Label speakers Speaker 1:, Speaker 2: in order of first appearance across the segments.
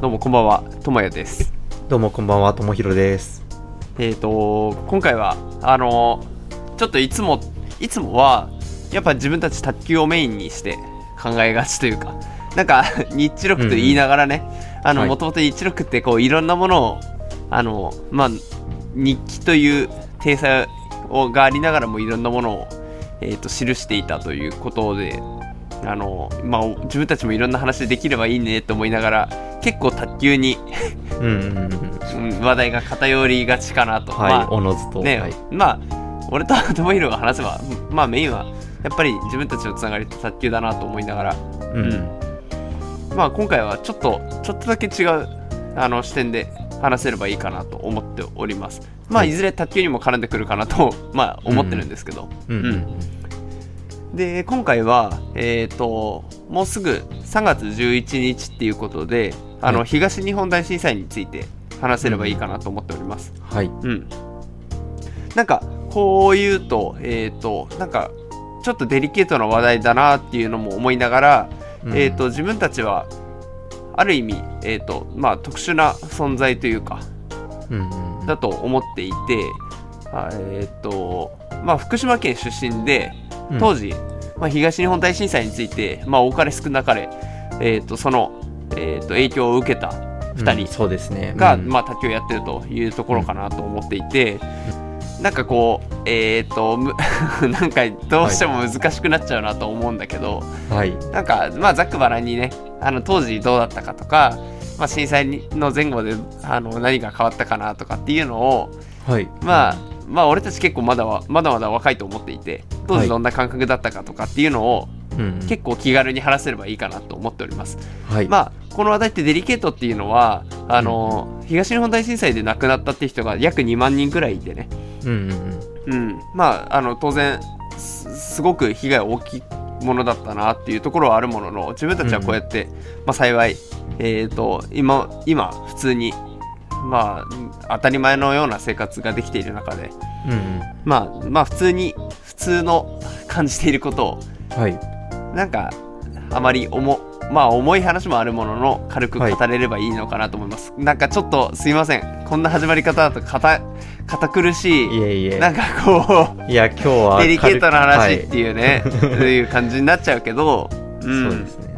Speaker 1: どうもこんばんは、ともやです。
Speaker 2: どうもこんばんは、ともひろです。
Speaker 1: えっ、と、今回は、あのーちょっといつも、いつもは、やっぱ自分たち卓球をメインにして考えがちというか、なんか、 日力と言いながらね、あの、
Speaker 2: はい
Speaker 1: もともと日力ってこう、いろんなものを、あの、まあ、日記という体裁をがありながらもいろんなものを、えー、と記していたということであの、まあ、自分たちもいろんな話できればいいねと思いながら結構卓球に
Speaker 2: うんうんうんうん。
Speaker 1: うん話題が偏りがちかなと、
Speaker 2: はい、
Speaker 1: ま
Speaker 2: おのずと。
Speaker 1: あね
Speaker 2: はい。
Speaker 1: まあ、俺と友宏が話せば、まあ、メインはやっぱり自分たちのつながりと卓球だなと思いながら、
Speaker 2: うん。
Speaker 1: まあ、今回はちょっとちょっとだけ違うあの視点で話せればいいかなと思っております。まあ、
Speaker 2: はい
Speaker 1: いずれ卓球にも絡んでくるかなと、まあ、思ってるんですけど、
Speaker 2: うんうん
Speaker 1: で今回は、えー、ともうすぐ3月11日っていうことであの、
Speaker 2: はい
Speaker 1: 東日本大震災について話せればいいかなと思っております。
Speaker 2: はい。
Speaker 1: うん、なんかこういうと,、えー、となんかちょっとデリケートな話題だなっていうのも思いながら、
Speaker 2: うん
Speaker 1: えー、と、自分たちはある意味、えーとまあ、特殊な存在というか
Speaker 2: うんうんうん。
Speaker 1: だと思っていて、あえーとまあ、福島県出身で
Speaker 2: うん
Speaker 1: 当時、まあ、東日本大震災について、まあ、多かれ少なかれ、えー、とその、えー、と影響を受けた2
Speaker 2: うん
Speaker 1: 人
Speaker 2: そうですね。
Speaker 1: が、
Speaker 2: うん
Speaker 1: まあ、卓球をやってるというところかなと思っていて、なんかこうえっ、とむ なんかどうしても難しくなっちゃうなと思うんだけど、
Speaker 2: はい。
Speaker 1: なんか、まあ、ざっくばらんにね、あの当時どうだったかとか、まあ、震災の前後であの何が変わったかなとかっていうのを、
Speaker 2: はい。
Speaker 1: まあ、まあ、俺たち結構まだわまだまだ若いと思っていて、当
Speaker 2: は
Speaker 1: 時
Speaker 2: い
Speaker 1: どんな感覚だったかとかっていうのを、
Speaker 2: うんうん。
Speaker 1: 結構気軽に話せればいいかなと思っております。
Speaker 2: はい。
Speaker 1: まあ、この話題ってデリケートっていうのは、あの、東日本大震災で亡くなったって人が約2万人くらいいてね、
Speaker 2: うんうんうん。
Speaker 1: うん、まああの当然すすごく被害大きいものだったなっていうところはあるものの自分たちはこうやって、まあ、幸い、えー、と今今普通に、まあ、当たり前のような生活ができている中で、
Speaker 2: うんうん。
Speaker 1: まあ、まあ普通に普通の感じていること
Speaker 2: はい。
Speaker 1: をなんかあまり重,、まあ、重い話もあるものの軽く語れればいいのかなと思います、なんかちょっとすいませんこんな始まり方だと堅堅苦し
Speaker 2: い
Speaker 1: い
Speaker 2: えいえ。
Speaker 1: なんかこう
Speaker 2: いや、今日は軽く。
Speaker 1: デリケートな
Speaker 2: は
Speaker 1: 話
Speaker 2: い
Speaker 1: っていうね、っていう感じになっちゃうけど、うん、
Speaker 2: そうですね。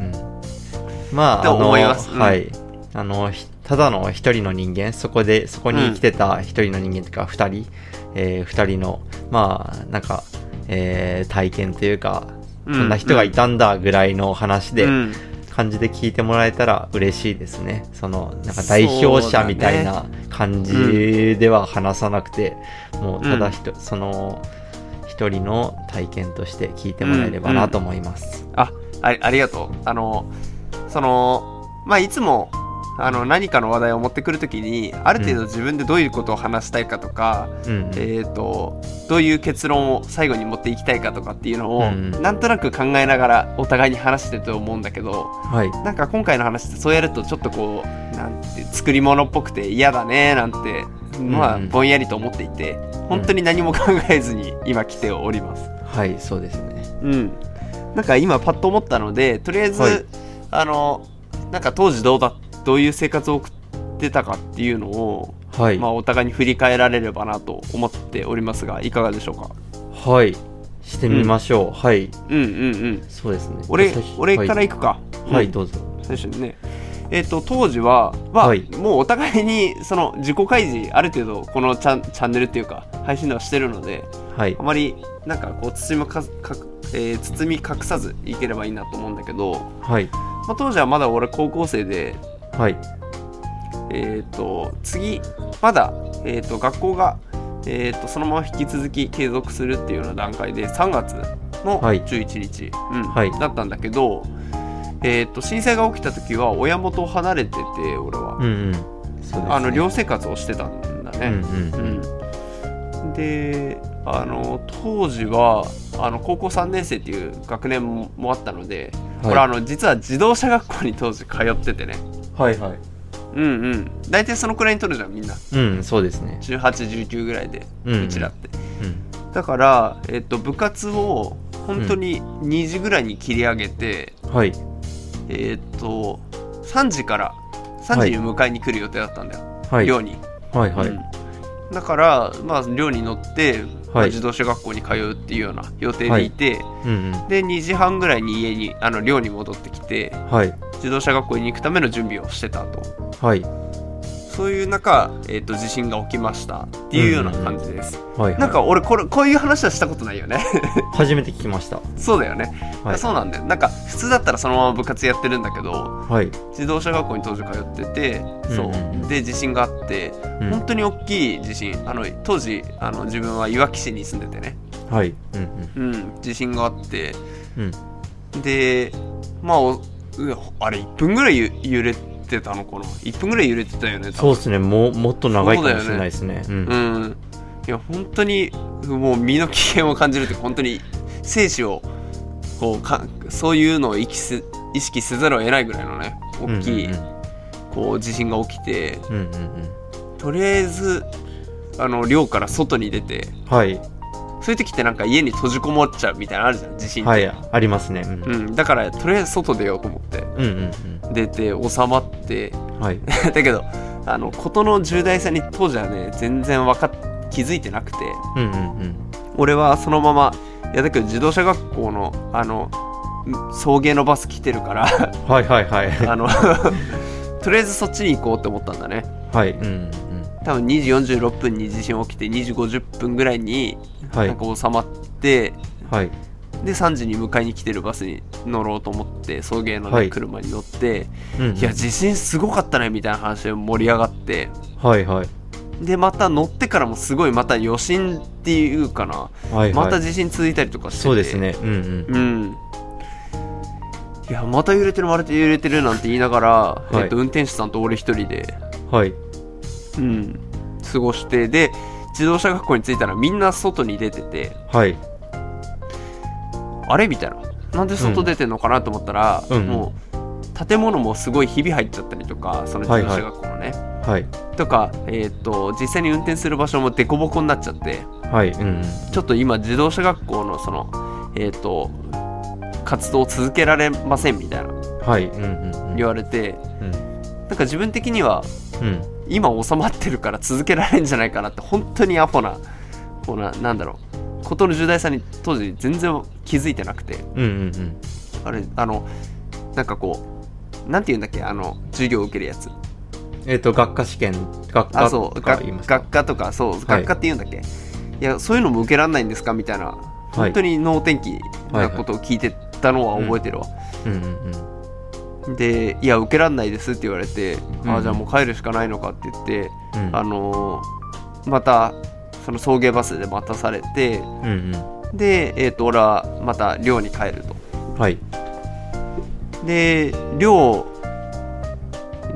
Speaker 2: うんまあ、あ
Speaker 1: と
Speaker 2: の、
Speaker 1: 思いますうん
Speaker 2: はい。あの、ひただの一人の人間、そこで、そこに生きてた一人の人間というか、二人、えー二人の、まあ、なんか、えー体験というか、こ
Speaker 1: うん
Speaker 2: んな人がいたんだぐらいの話で、
Speaker 1: うん
Speaker 2: 感じで聞いてもらえたら嬉しいですね。その、なんか代表者みたいな感じでは話さなくて、もうただひと、その、一人の体験として聞いてもらえればなと思います。
Speaker 1: ああありがとうあのそのまあいつもあの何かの話題を持ってくるときにある程度自分でどういうことを話したいかとか、
Speaker 2: うんうん
Speaker 1: えー、とどういう結論を最後に持っていきたいかとかっていうのを、
Speaker 2: うん
Speaker 1: なんとなく考えながらお互いに話してると思うんだけど
Speaker 2: はい。
Speaker 1: なんか今回の話ってそうやるとちょっとこうなんて作り物っぽくて嫌だねなんてまあ
Speaker 2: うん
Speaker 1: ぼんやりと思っていて本当に何も考えずに今来ております。
Speaker 2: はい、そうですね。
Speaker 1: うん、なんか今パッと思ったのでとりあえず、
Speaker 2: はい
Speaker 1: あのなんか当時どうだどういう生活を送ってたかっていうのを、
Speaker 2: はい。
Speaker 1: まあ、お互いに振り返られればなと思っておりますがいかがでしょうか
Speaker 2: はい。してみましょう。はい。
Speaker 1: うんうんうん
Speaker 2: そうですね。
Speaker 1: 俺
Speaker 2: 最初
Speaker 1: 俺から
Speaker 2: はい、
Speaker 1: 行くか、
Speaker 2: はい、
Speaker 1: うん
Speaker 2: どうぞ。
Speaker 1: 最初にねえっと当時は、まあ
Speaker 2: はい
Speaker 1: もうお互いにその自己開示ある程度このチャンチャンネルっていうか配信ではしてるので
Speaker 2: はい
Speaker 1: あ。まりなんかこう包みかか、えー包み隠さずいければいいなと思うんだけど、
Speaker 2: はい。
Speaker 1: まあ、当時はまだ俺高校生で、
Speaker 2: はい。
Speaker 1: えー、と次まだ、えー、と学校が、えー、とそのまま引き続き継続するっていうような段階で3月の
Speaker 2: はい
Speaker 1: 11日、うん
Speaker 2: はい
Speaker 1: だったんだけど、えー、と震災が起きた時は親元を離れてて俺は、
Speaker 2: うんうん。そうです、ね。
Speaker 1: あの寮生活をしてたんだ
Speaker 2: うん
Speaker 1: ね。
Speaker 2: うんうん。
Speaker 1: うんであの当時はあの高校3年生っていう学年ももあったので、これあ
Speaker 2: は
Speaker 1: の実は自動車学校に当時通っててね。
Speaker 2: い。はいはい。
Speaker 1: うんうん大体そのくらいに取るじゃんみんな
Speaker 2: うん、そうですね。
Speaker 1: 1819ぐらいで
Speaker 2: うんうん
Speaker 1: うちらって、
Speaker 2: うん。
Speaker 1: だから、えっと、部活を本当に2時ぐらいに切り上げて、
Speaker 2: はい。
Speaker 1: えっと3時から3時に迎えに来る予定だったんだよ、
Speaker 2: はい。
Speaker 1: 寮に、
Speaker 2: はいはい。
Speaker 1: うんだから、まあ、寮に乗って、まあ
Speaker 2: はい
Speaker 1: 自動車学校に通うっていうような予定でいて、
Speaker 2: うん
Speaker 1: で2時半ぐらいに家にあの寮に戻ってきて
Speaker 2: うん。はい。
Speaker 1: 自動車学校に行くための準備をしてたと
Speaker 2: はい。
Speaker 1: そういう中、えー、と地震が起きましたっていうような感じです、
Speaker 2: はい。
Speaker 1: なんか俺これこういう話はしたことないよね
Speaker 2: 初めて聞きました。
Speaker 1: そうだよね、
Speaker 2: はい。
Speaker 1: そうなんだよなんか普通だったらそのまま部活やってるんだけど
Speaker 2: はい。
Speaker 1: 自動車学校に当時通っててそう、
Speaker 2: うんうんうん
Speaker 1: で地震があって
Speaker 2: うん
Speaker 1: 本当に大きい地震あの当時あの自分はいわき市に住んでてね、
Speaker 2: はい。うん
Speaker 1: うん、地震があって
Speaker 2: うん。うん。
Speaker 1: でまあおうあれ1分ぐらいゆ揺れてたのかな1分ぐらい揺れてたよね多
Speaker 2: そう
Speaker 1: 分
Speaker 2: ですね。もう、もっと長いかもしれないですね。うん。
Speaker 1: うんいや本当にもう身の危険を感じるというか本当に生死をこうかそういうのを意識す意識せざるを得ないぐらいのね大きい
Speaker 2: うん
Speaker 1: こう地震が起きて
Speaker 2: うんうんうんうん
Speaker 1: とりあえずあの寮から外に出て
Speaker 2: はい。
Speaker 1: そういう時ってなんか家に閉じこもっちゃうみたいなのあるじゃん地震って、
Speaker 2: はい。ありますね。うん。
Speaker 1: うん、だからとりあえず外出ようと思って
Speaker 2: うんうん
Speaker 1: 出て収まって
Speaker 2: うん。はい。
Speaker 1: だけどあの事の重大さに当時はね全然わかっ気づいてなくて
Speaker 2: うんうんうん。
Speaker 1: 俺はそのままいやだけど自動車学校のあのん送迎のバス来てるから
Speaker 2: はいはいはい。
Speaker 1: あの とりあえずそっちに行こうって思ったんだね
Speaker 2: はい。うんうん
Speaker 1: 多分2時46分に地震起きて2時50分ぐらいに
Speaker 2: うん。は
Speaker 1: なん
Speaker 2: い。
Speaker 1: か収まって、
Speaker 2: はい。
Speaker 1: で3時に迎えに来てるバスに乗ろうと思って送迎の、ね
Speaker 2: はい
Speaker 1: 車に乗って、
Speaker 2: うんうん
Speaker 1: いや地震すごかったねみたいな話で盛り上がって
Speaker 2: はいはい。
Speaker 1: でまた乗ってからもすごいまた余震っていうかな、
Speaker 2: はい
Speaker 1: また
Speaker 2: はい。
Speaker 1: 地震続いたりとかしてて
Speaker 2: そうですね。うんうん。
Speaker 1: うんいやまた揺れてるまた揺れてるなんて言いながら、
Speaker 2: い
Speaker 1: えっと、運転手さんと俺一人で、
Speaker 2: はい。
Speaker 1: うん、過ごしてで自動車学校に着いたらみんな外に出てて
Speaker 2: はい。
Speaker 1: あれみたいななんで外出てんのかなと思ったら、
Speaker 2: うん
Speaker 1: もう建物もすごいひび入っちゃったりとかその自動車学校のね、
Speaker 2: はい。
Speaker 1: とか、えっと実際に運転する場所も凸凹になっちゃって
Speaker 2: はい。うんうん。
Speaker 1: ちょっと今自動車学校のそのえっ、と活動を続けられませんみたいな
Speaker 2: はい。うんうんうん。
Speaker 1: 言われて、
Speaker 2: うん
Speaker 1: なんか自分的には
Speaker 2: うん。
Speaker 1: 今収まってるから続けられるんじゃないかなって本当にアホなこうななんだろうことの重大さに当時全然気づいてなくて
Speaker 2: うんうんうん。
Speaker 1: あれあのなんかこうなんて言うんだっけあの授業を受けるやつ
Speaker 2: えっと、学科試験、学
Speaker 1: あ
Speaker 2: 科
Speaker 1: そう
Speaker 2: と
Speaker 1: が
Speaker 2: か言いますか
Speaker 1: 学科とかそう学科って言うんだっけ、い、やそういうのも受けられないんですかみたいな本当に能天気なことを聞いてたのは覚えてるわ、
Speaker 2: うんうんうん。
Speaker 1: で「いや受けられないです」って言われて「あ
Speaker 2: う
Speaker 1: あ
Speaker 2: ん
Speaker 1: じゃあもう帰るしかないのか」って言って、
Speaker 2: うん
Speaker 1: あのーまたその送迎バスで待たされて
Speaker 2: うん
Speaker 1: で、えー、と俺はまた寮に帰ると
Speaker 2: うん。はい。
Speaker 1: で寮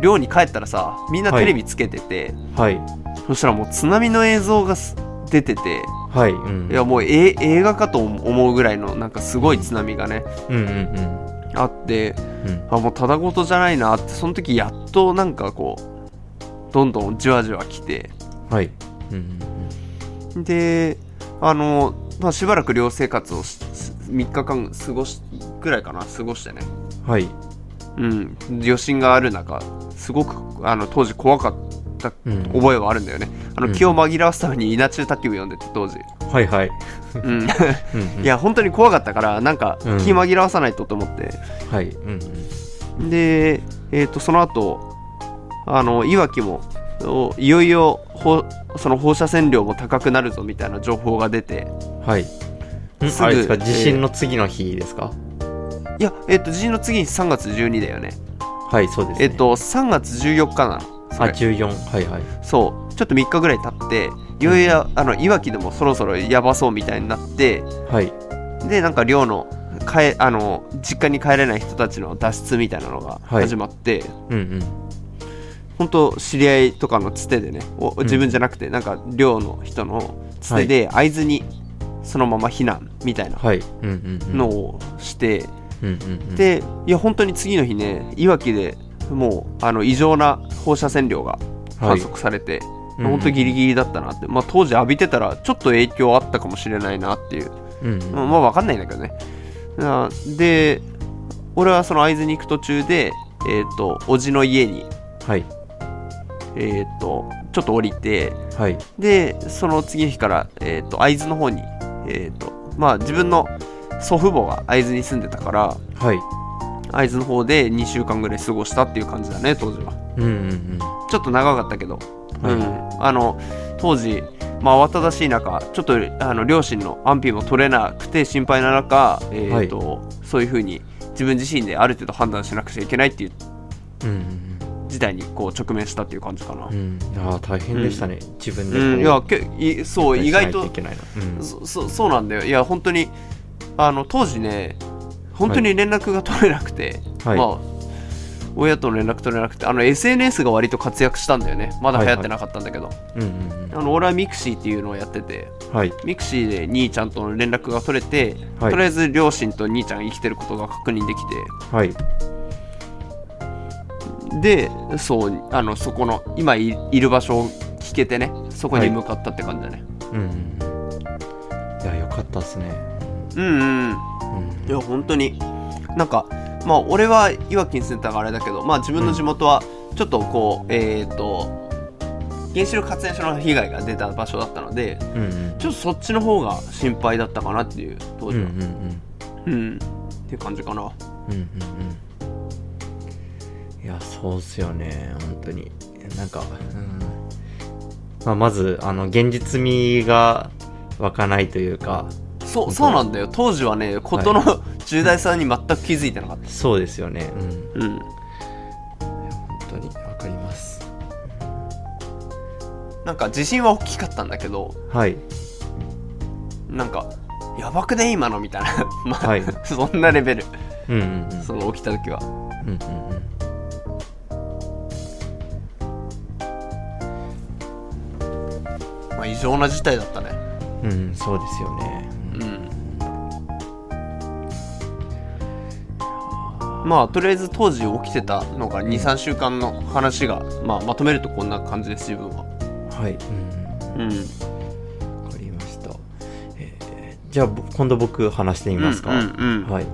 Speaker 1: 寮に帰ったらさみんなテレビつけてて、
Speaker 2: はい。
Speaker 1: そしたらもう津波の映像がす出てて
Speaker 2: はい。うん。
Speaker 1: いやもうえ映画かと思うぐらいのなんかすごい津波がね
Speaker 2: うんうんうん。
Speaker 1: あって
Speaker 2: うん。
Speaker 1: あもうただごとじゃないなってその時やっとなんかこうどんどんじわじわ来て
Speaker 2: はい。うんうん
Speaker 1: であの、まあ、しばらく寮生活をし3日間過ごしぐらいかな過ごしてね
Speaker 2: うん。はい。
Speaker 1: うん余震がある中すごくあの当時怖かった
Speaker 2: うん
Speaker 1: 覚えはあるんだよね、あ
Speaker 2: う
Speaker 1: の
Speaker 2: ん
Speaker 1: 気を紛らわすために稲中卓球部読んでて 当時、
Speaker 2: はいはい。
Speaker 1: うん、
Speaker 2: うんうん
Speaker 1: い。や本当に怖かったからなんか
Speaker 2: うん
Speaker 1: 気紛らわさないとと思って、
Speaker 2: はい。うんうん。
Speaker 1: で、えー、とその後あのいわきもおいよいよほその放射線量も高くなるぞみたいな情報が出て
Speaker 2: はい。
Speaker 1: す
Speaker 2: ん
Speaker 1: ぐ
Speaker 2: あれです
Speaker 1: え
Speaker 2: か
Speaker 1: ー
Speaker 2: 地震の次の日ですか
Speaker 1: いやえっ、と地震の次に3月12だよね
Speaker 2: はい、そうですね。
Speaker 1: えっ、と3月14日なのそ
Speaker 2: あ、
Speaker 1: れ
Speaker 2: 14。はいはい。
Speaker 1: そうちょっと3日ぐらい経っていよいよあのいわきでもそろそろやばそうみたいになって
Speaker 2: はい。
Speaker 1: でなんか寮の帰あの実家に帰れない人たちの脱出みたいなのが始まって、
Speaker 2: うん
Speaker 1: 本当知り合いとかのつてでねお
Speaker 2: ん
Speaker 1: 自分じゃなくてなんか寮の人のつてで会津にそのまま避難みたい
Speaker 2: うん。
Speaker 1: な
Speaker 2: はい。うんうんうん。
Speaker 1: のをして、
Speaker 2: うんうんうん。、
Speaker 1: でいや本当に次の日ねいわきでもうあの異常な放射線量が観測されて、
Speaker 2: うん
Speaker 1: 本当ギリギリだったなって、まあ、当時浴びてたらちょっと影響あったかもしれないなっていう、
Speaker 2: うん
Speaker 1: まあ
Speaker 2: うん。
Speaker 1: まあ分かんないんだけどねあで俺はその会津に行く途中でえっ、とおじの家に
Speaker 2: はい
Speaker 1: えっとちょっと降りて
Speaker 2: はい
Speaker 1: でその次の日から、えー、と会津の方に、えーとまあ、自分の祖父母が会津に住んでたから
Speaker 2: はい
Speaker 1: 会津の方で2週間ぐらい過ごしたっていう感じだね当時は
Speaker 2: うんうん
Speaker 1: ちょっと長かったけど、
Speaker 2: うん
Speaker 1: う
Speaker 2: は
Speaker 1: ん、あの当時、まあ、慌ただしい中ちょっとあの両親の安否も取れなくて心配な中、えーとそういうふうに自分自身である程度判断しなくちゃいけないっていう
Speaker 2: いうん
Speaker 1: 事態にこう直面したっていう感じかな
Speaker 2: うんう。んうんああ大変でしたね自分で
Speaker 1: うん、い
Speaker 2: こ
Speaker 1: やけいそう
Speaker 2: う
Speaker 1: 意外と
Speaker 2: しないいけないなうん
Speaker 1: そそそうなんだよいや本当にあの当時ね本当に連絡が取れなくて、
Speaker 2: はい
Speaker 1: まあ親との連絡取れなくてあの SNS が割と活躍したんだよねまだ流行ってなかったんだけど、
Speaker 2: うんうん
Speaker 1: あの俺はミクシーっていうのをやってて
Speaker 2: うんはい
Speaker 1: ミクシーで兄ちゃんとの連絡が取れて、
Speaker 2: はい
Speaker 1: とりあえず両親と兄ちゃんが生きてることが確認でき
Speaker 2: はい
Speaker 1: てでそうあのそこの今いいる場所を聞けてねそこに向かったって感じだね、
Speaker 2: うんうんいやよかったですね
Speaker 1: うんうん
Speaker 2: うん
Speaker 1: いや本当になんかまあ俺はいわきに住んでたからあれだけどまあ自分の地元はちょっとこう、えっ、と原子力発電所の被害が出た場所だったので
Speaker 2: うんうん
Speaker 1: ちょっとそっちの方が心配だったかなっていう当
Speaker 2: うんう
Speaker 1: 時
Speaker 2: ん
Speaker 1: は
Speaker 2: うん
Speaker 1: うん、っていう感じかな
Speaker 2: うんうんうんいやそうっすよね本当になんか、うんまあ、まずあの現実味が湧かないというか
Speaker 1: そうそうなんだよ当時はね事の重大さに全く気づいてなかっ
Speaker 2: そうですよねうん
Speaker 1: たうん
Speaker 2: 本当にわかります
Speaker 1: なんか地震は大きかったんだけど
Speaker 2: はい
Speaker 1: なんかやばくね今のみたいな まあ、
Speaker 2: はい
Speaker 1: そんなレベル
Speaker 2: うんうん
Speaker 1: その起きた時は
Speaker 2: うんうんうんうん
Speaker 1: まあ異常な事態だったね
Speaker 2: うん、そうですよね。
Speaker 1: まあとりあえず当時起きてたのが23週間の話が、まあ、まとめるとこんな感じです自分は
Speaker 2: はい、うん、
Speaker 1: うん
Speaker 2: わかりました。えーじゃあぼ今度僕話してみますか。
Speaker 1: うんうんうん
Speaker 2: はい、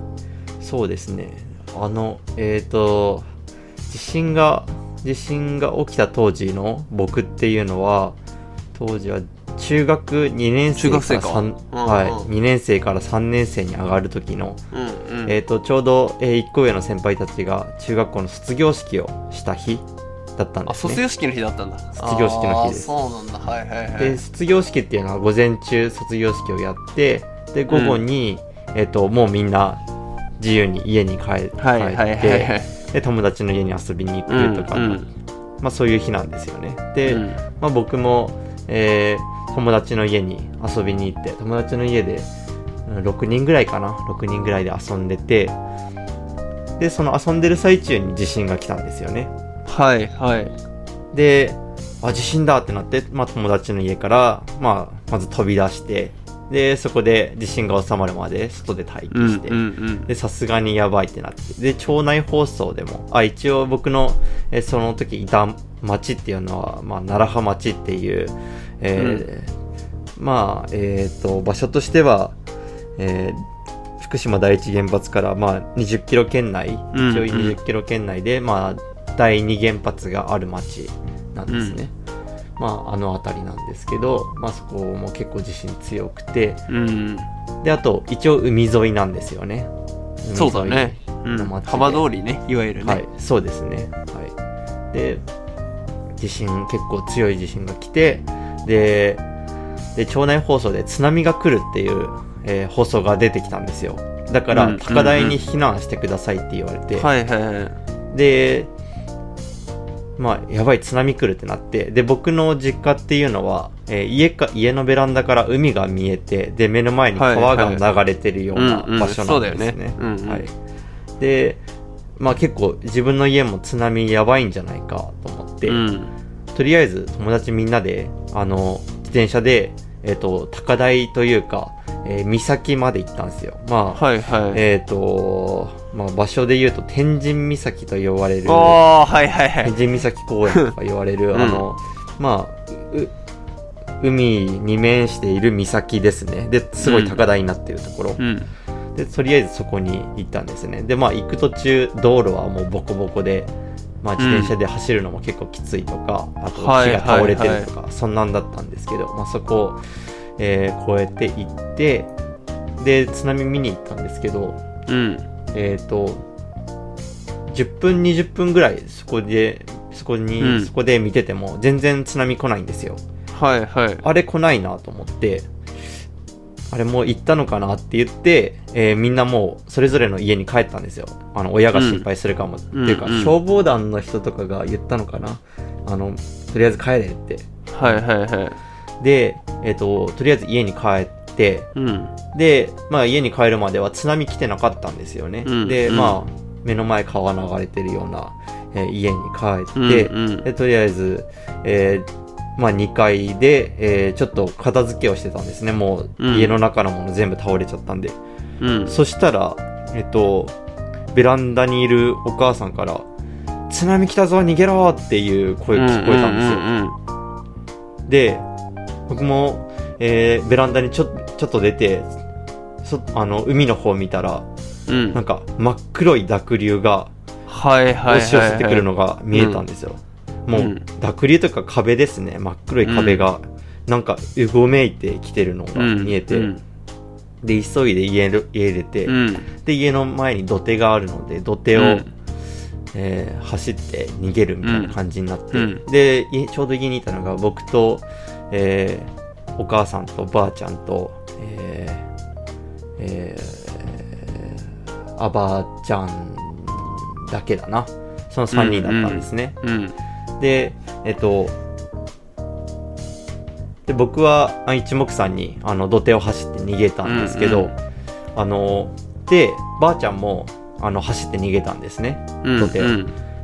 Speaker 2: そうですね。あのえっ、と地震が地震が起きた当時の僕っていうのは当時は中学2年生から
Speaker 1: 中学生か
Speaker 2: 三
Speaker 1: うんうん
Speaker 2: はい、2年生から3年生に上がる時の
Speaker 1: うんうん
Speaker 2: えー、とちょうど、え1個上の先輩たちが中学校の卒業式をした日だったん
Speaker 1: あ
Speaker 2: です、ね、
Speaker 1: 卒業式の日だったんだ
Speaker 2: 卒業式の日です
Speaker 1: あーそうなんだはいはいはい
Speaker 2: で卒業式っていうのは午前中卒業式をやってで午後に、えー、ともうみんな自由に家に帰帰って、
Speaker 1: はいはいはいはい
Speaker 2: で友達の家に遊びに行くとか、
Speaker 1: うんうん
Speaker 2: まあ、そういう日なんですよねで、
Speaker 1: うん
Speaker 2: まあ、僕も、えー友達の家に遊びに行って友達の家でうん6人ぐらいかな6人ぐらいで遊んでてでその遊んでる最中に地震が来たんですよね
Speaker 1: はいはい
Speaker 2: であ地震だってなって、まあ、友達の家から、まあ、まず飛び出してでそこで地震が収まるまで外で待機
Speaker 1: うんう
Speaker 2: し
Speaker 1: ん
Speaker 2: て、
Speaker 1: うん
Speaker 2: でさすがにやばいってなってで町内放送でもあ一応僕のえーその時いた町っていうのは、まあ、奈良浜町っていう、えーまあえっ、と場所としては、えー福島第一原発から、まあ、20キロ圏
Speaker 1: う
Speaker 2: 内一
Speaker 1: ん
Speaker 2: 応20キロ圏内で、まあ、第二原発がある町なんですね、まああの辺りなんですけど、まあ、そこも結構地震強くて
Speaker 1: うん
Speaker 2: であと一応海沿いなんですよね
Speaker 1: そうだね、うん
Speaker 2: の街で
Speaker 1: 幅通りねいわゆるね、
Speaker 2: はい、そうですね。はい、で、地震、結構強い地震が来て、で、で町内放送で津波が来るっていう、えー放送が出てきたんですよ。だか
Speaker 1: う
Speaker 2: ら、
Speaker 1: ん
Speaker 2: 高台に避難してくださいって言われて、
Speaker 1: はいはいはい
Speaker 2: で、まあ、やばい、津波来るってなって、で、僕の実家っていうのは、えー家か、家のベランダから海が見えて、で、目の前に川
Speaker 1: はいは
Speaker 2: が流れてるような場所なんですね。
Speaker 1: うんうんそうだよねうんうん
Speaker 2: はい。で、まあ結構自分の家も津波やばいんじゃないかと思って、
Speaker 1: うん
Speaker 2: とりあえず友達みんなで、あの、自転車で、えっ、と、高台というか、えー岬まで行ったんですよ。まあ、
Speaker 1: はいはい
Speaker 2: えっ、と、まあ場所で言うと天神岬と呼ばれる、
Speaker 1: ああはいはいはい
Speaker 2: 天神岬公園とか言われる、
Speaker 1: うん
Speaker 2: あのまあう海に面している岬ですねですごい高台になっているところ、
Speaker 1: うん
Speaker 2: でとりあえずそこに行ったんですねでまあ行く途中道路はもうボコボコでまあ、自転車で走るのも結構きついとか、あと木が倒れてるとか、そんなんだったんですけど、まあ、そこを、えー越えて行ってで津波見に行ったんですけど
Speaker 1: うん
Speaker 2: えっ、と10分20分ぐらいそこでそこに、
Speaker 1: うん
Speaker 2: そこで見てても全然津波来ないんですよ
Speaker 1: はいはい
Speaker 2: あれ来ないなと思って、あれもう行ったのかなって言って、えーみんなもうそれぞれの家に帰ったんですよ。あの、親が心配するかも。
Speaker 1: うん
Speaker 2: っていうか、
Speaker 1: うんうん
Speaker 2: 消防団の人とかが言ったのかな。あの、とりあえず帰れって。
Speaker 1: はいはいはい
Speaker 2: で、えっ、と、とりあえず家に帰って、
Speaker 1: うん
Speaker 2: で、まあ家に帰るまでは津波来てなかったんですよね。
Speaker 1: うん
Speaker 2: で、
Speaker 1: うん
Speaker 2: まあ、目の前川流れてるような、えー家に帰って、
Speaker 1: うんうん
Speaker 2: でとりあえず、えーまあ、2階で、えーちょっと片付けをしてたんですねもう
Speaker 1: うん
Speaker 2: 家の中のもの全部倒れちゃったんで、
Speaker 1: うん
Speaker 2: そしたらえっとベランダにいるお母さんから「津波来たぞ逃げろ!」っていう声が聞こえたんですよ、で僕も、えーベランダにちょちょっと出てそあの海の方見たら
Speaker 1: うんうんうんう
Speaker 2: なんんか真っ黒い濁流が
Speaker 1: はいはいはいはい
Speaker 2: 押し寄せてくるのが見えたんですよ、
Speaker 1: んう
Speaker 2: もうん濁流というか壁ですね真っ黒い壁が、なんかうごめいてきてるのが
Speaker 1: うん
Speaker 2: 見えて、
Speaker 1: うん
Speaker 2: で急いで家の家出て、
Speaker 1: うん
Speaker 2: で家の前に土手があるので土手を、
Speaker 1: うん
Speaker 2: えー走って逃げるみたいな感じになって、
Speaker 1: うん
Speaker 2: でいちょうど家にいたのが僕と、えーお母さんとばあちゃんとえーえーあばあちゃんだけだなその3人だったんですね、
Speaker 1: うん
Speaker 2: で、えっと、で、僕はあ一目散にあの土手を走って逃げたんですけど、
Speaker 1: うんうん
Speaker 2: あの、で、ばあちゃんもあの走って逃げたんですね。
Speaker 1: うん
Speaker 2: 土手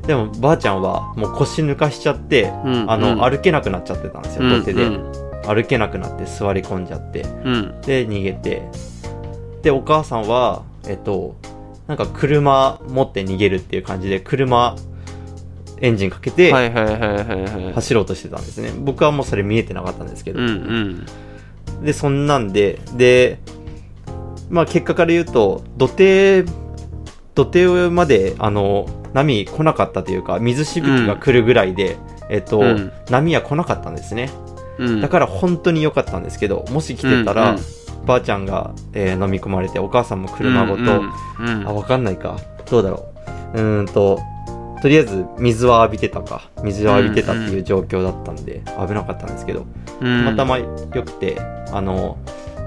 Speaker 2: でも、ばあちゃんはもう腰抜かしちゃって、
Speaker 1: うん
Speaker 2: あの、
Speaker 1: うん
Speaker 2: 歩けなくなっちゃってたんですよ、土手で。
Speaker 1: うん
Speaker 2: 歩けなくなって座り込んじゃって。
Speaker 1: うん
Speaker 2: で、逃げて。で、お母さんは、えっと、なんか車持って逃げるっていう感じで、車、エンジンかけて、
Speaker 1: はいはいはいはいはい
Speaker 2: 走ろうとしてたんですね僕はもうそれ見えてなかったんですけど、
Speaker 1: うんうん
Speaker 2: でそんなんででまあ結果から言うと土手土手まであの波来なかったというか水しぶきが来るぐらいで、えっと
Speaker 1: うん
Speaker 2: 波は来なかったんですね
Speaker 1: うん
Speaker 2: だから本当に良かったんですけどもし来てたら、
Speaker 1: うん
Speaker 2: ばあちゃんが、えー飲み込まれてお母さんも車ごと、
Speaker 1: うん
Speaker 2: あ、わかんないか。どうだろう。うーんと、とりあえず水は浴びてたか。水は浴びてたっていう状況だったんで、危なかったんですけど、
Speaker 1: うん
Speaker 2: たまたま良くて、あの、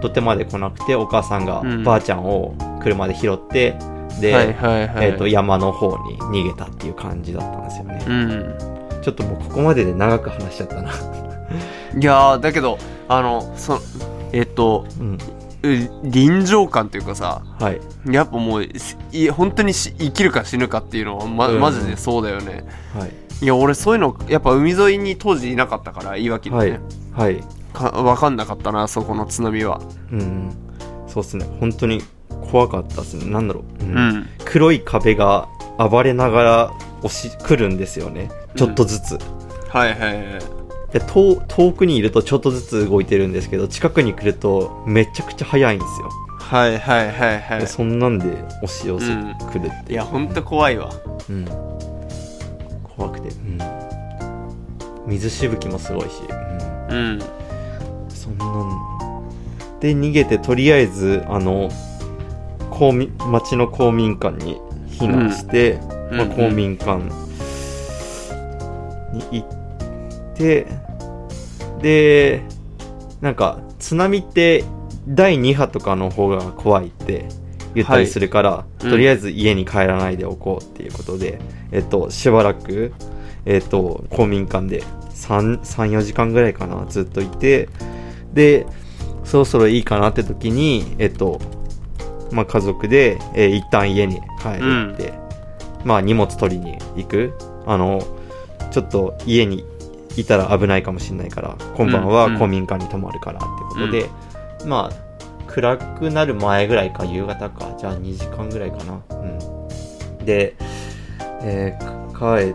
Speaker 2: とてまで来なくて、お母さんが
Speaker 1: うん
Speaker 2: ばあちゃんを車で拾って、で、
Speaker 1: はいはいはい
Speaker 2: えっ、と、山の方に逃げたっていう感じだったんですよね。
Speaker 1: うん
Speaker 2: ちょっともうここまでで長く話しちゃったな。
Speaker 1: いやーだけどあのそえっと
Speaker 2: うん。
Speaker 1: う臨場感というかさ
Speaker 2: はい。
Speaker 1: やっぱもうすい本当にし生きるか死ぬかっていうのはま
Speaker 2: うん
Speaker 1: マジでそうだよね、
Speaker 2: はい。
Speaker 1: いや俺そういうのやっぱ海沿いに当時いなかったからいわきで
Speaker 2: はい
Speaker 1: ね、。
Speaker 2: はい。
Speaker 1: か分かんなかったなそこの津波は
Speaker 2: うん。そうっすね。本当に怖かったっすね。なんだろう。
Speaker 1: う、
Speaker 2: うん
Speaker 1: うん
Speaker 2: 黒い壁が暴れながら押し来るんですよねちょっとずつ、
Speaker 1: はいはいはい
Speaker 2: で遠遠くにいるとちょっとずつ動いてるんですけど近くに来るとめちゃくちゃ速いんですよ、
Speaker 1: はいはいはいはい
Speaker 2: でそんなんで押し寄せて
Speaker 1: うん
Speaker 2: くるっ
Speaker 1: い
Speaker 2: ていう、
Speaker 1: やほんと怖いわ
Speaker 2: うん怖くて、うん水しぶきもすごいし、
Speaker 1: うん
Speaker 2: うんそんなんで逃げてとりあえずあの公民町の公民館に避難して、まあ、公民館に行って、で、なんか津波って第2波とかの方が怖いって言ったりするから、
Speaker 1: うん
Speaker 2: とりあえず家に帰らないでおこうっていうことで、えっと、しばらく、えっと、公民館で3、3、4時間ぐらいかな、ずっといて、で、そろそろいいかなって時に、えっと、まあ、家族で、えー一旦家に帰るって、まあ、荷物取りに行く。あの、ちょっと家にいたら危ないかもしれないから、今晩
Speaker 1: うんう
Speaker 2: は
Speaker 1: ん
Speaker 2: 公民館に泊まるからってことで、まあ、暗くなる前ぐらいか、夕方か、じゃあ2時間ぐらいかな。うん。で、えー帰、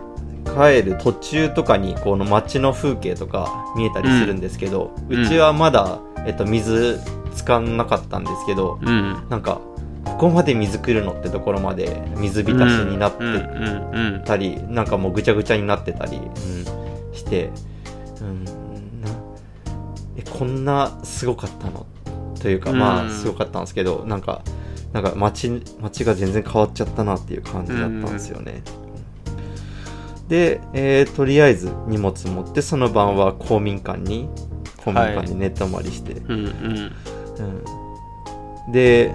Speaker 2: 帰る途中とかに、この街の風景とか見えたりするんですけど、
Speaker 1: う
Speaker 2: うんちはまだ、えっと、水つかんなかったんですけど、
Speaker 1: うん
Speaker 2: なんか、ここまで水来るのってところまで水浸しになって
Speaker 1: うんうんうん
Speaker 2: たり、なんかもうぐちゃぐちゃになってたり、うんして、うん、なえこんなすごかったのというかま
Speaker 1: うん
Speaker 2: あすごかったんですけど、なんかなんか街街が全然変わっちゃったなっていう感じだったんですよね。で、えーとりあえず荷物持ってその晩は公民館に公民館に寝泊まりして、
Speaker 1: うんうん
Speaker 2: うん、で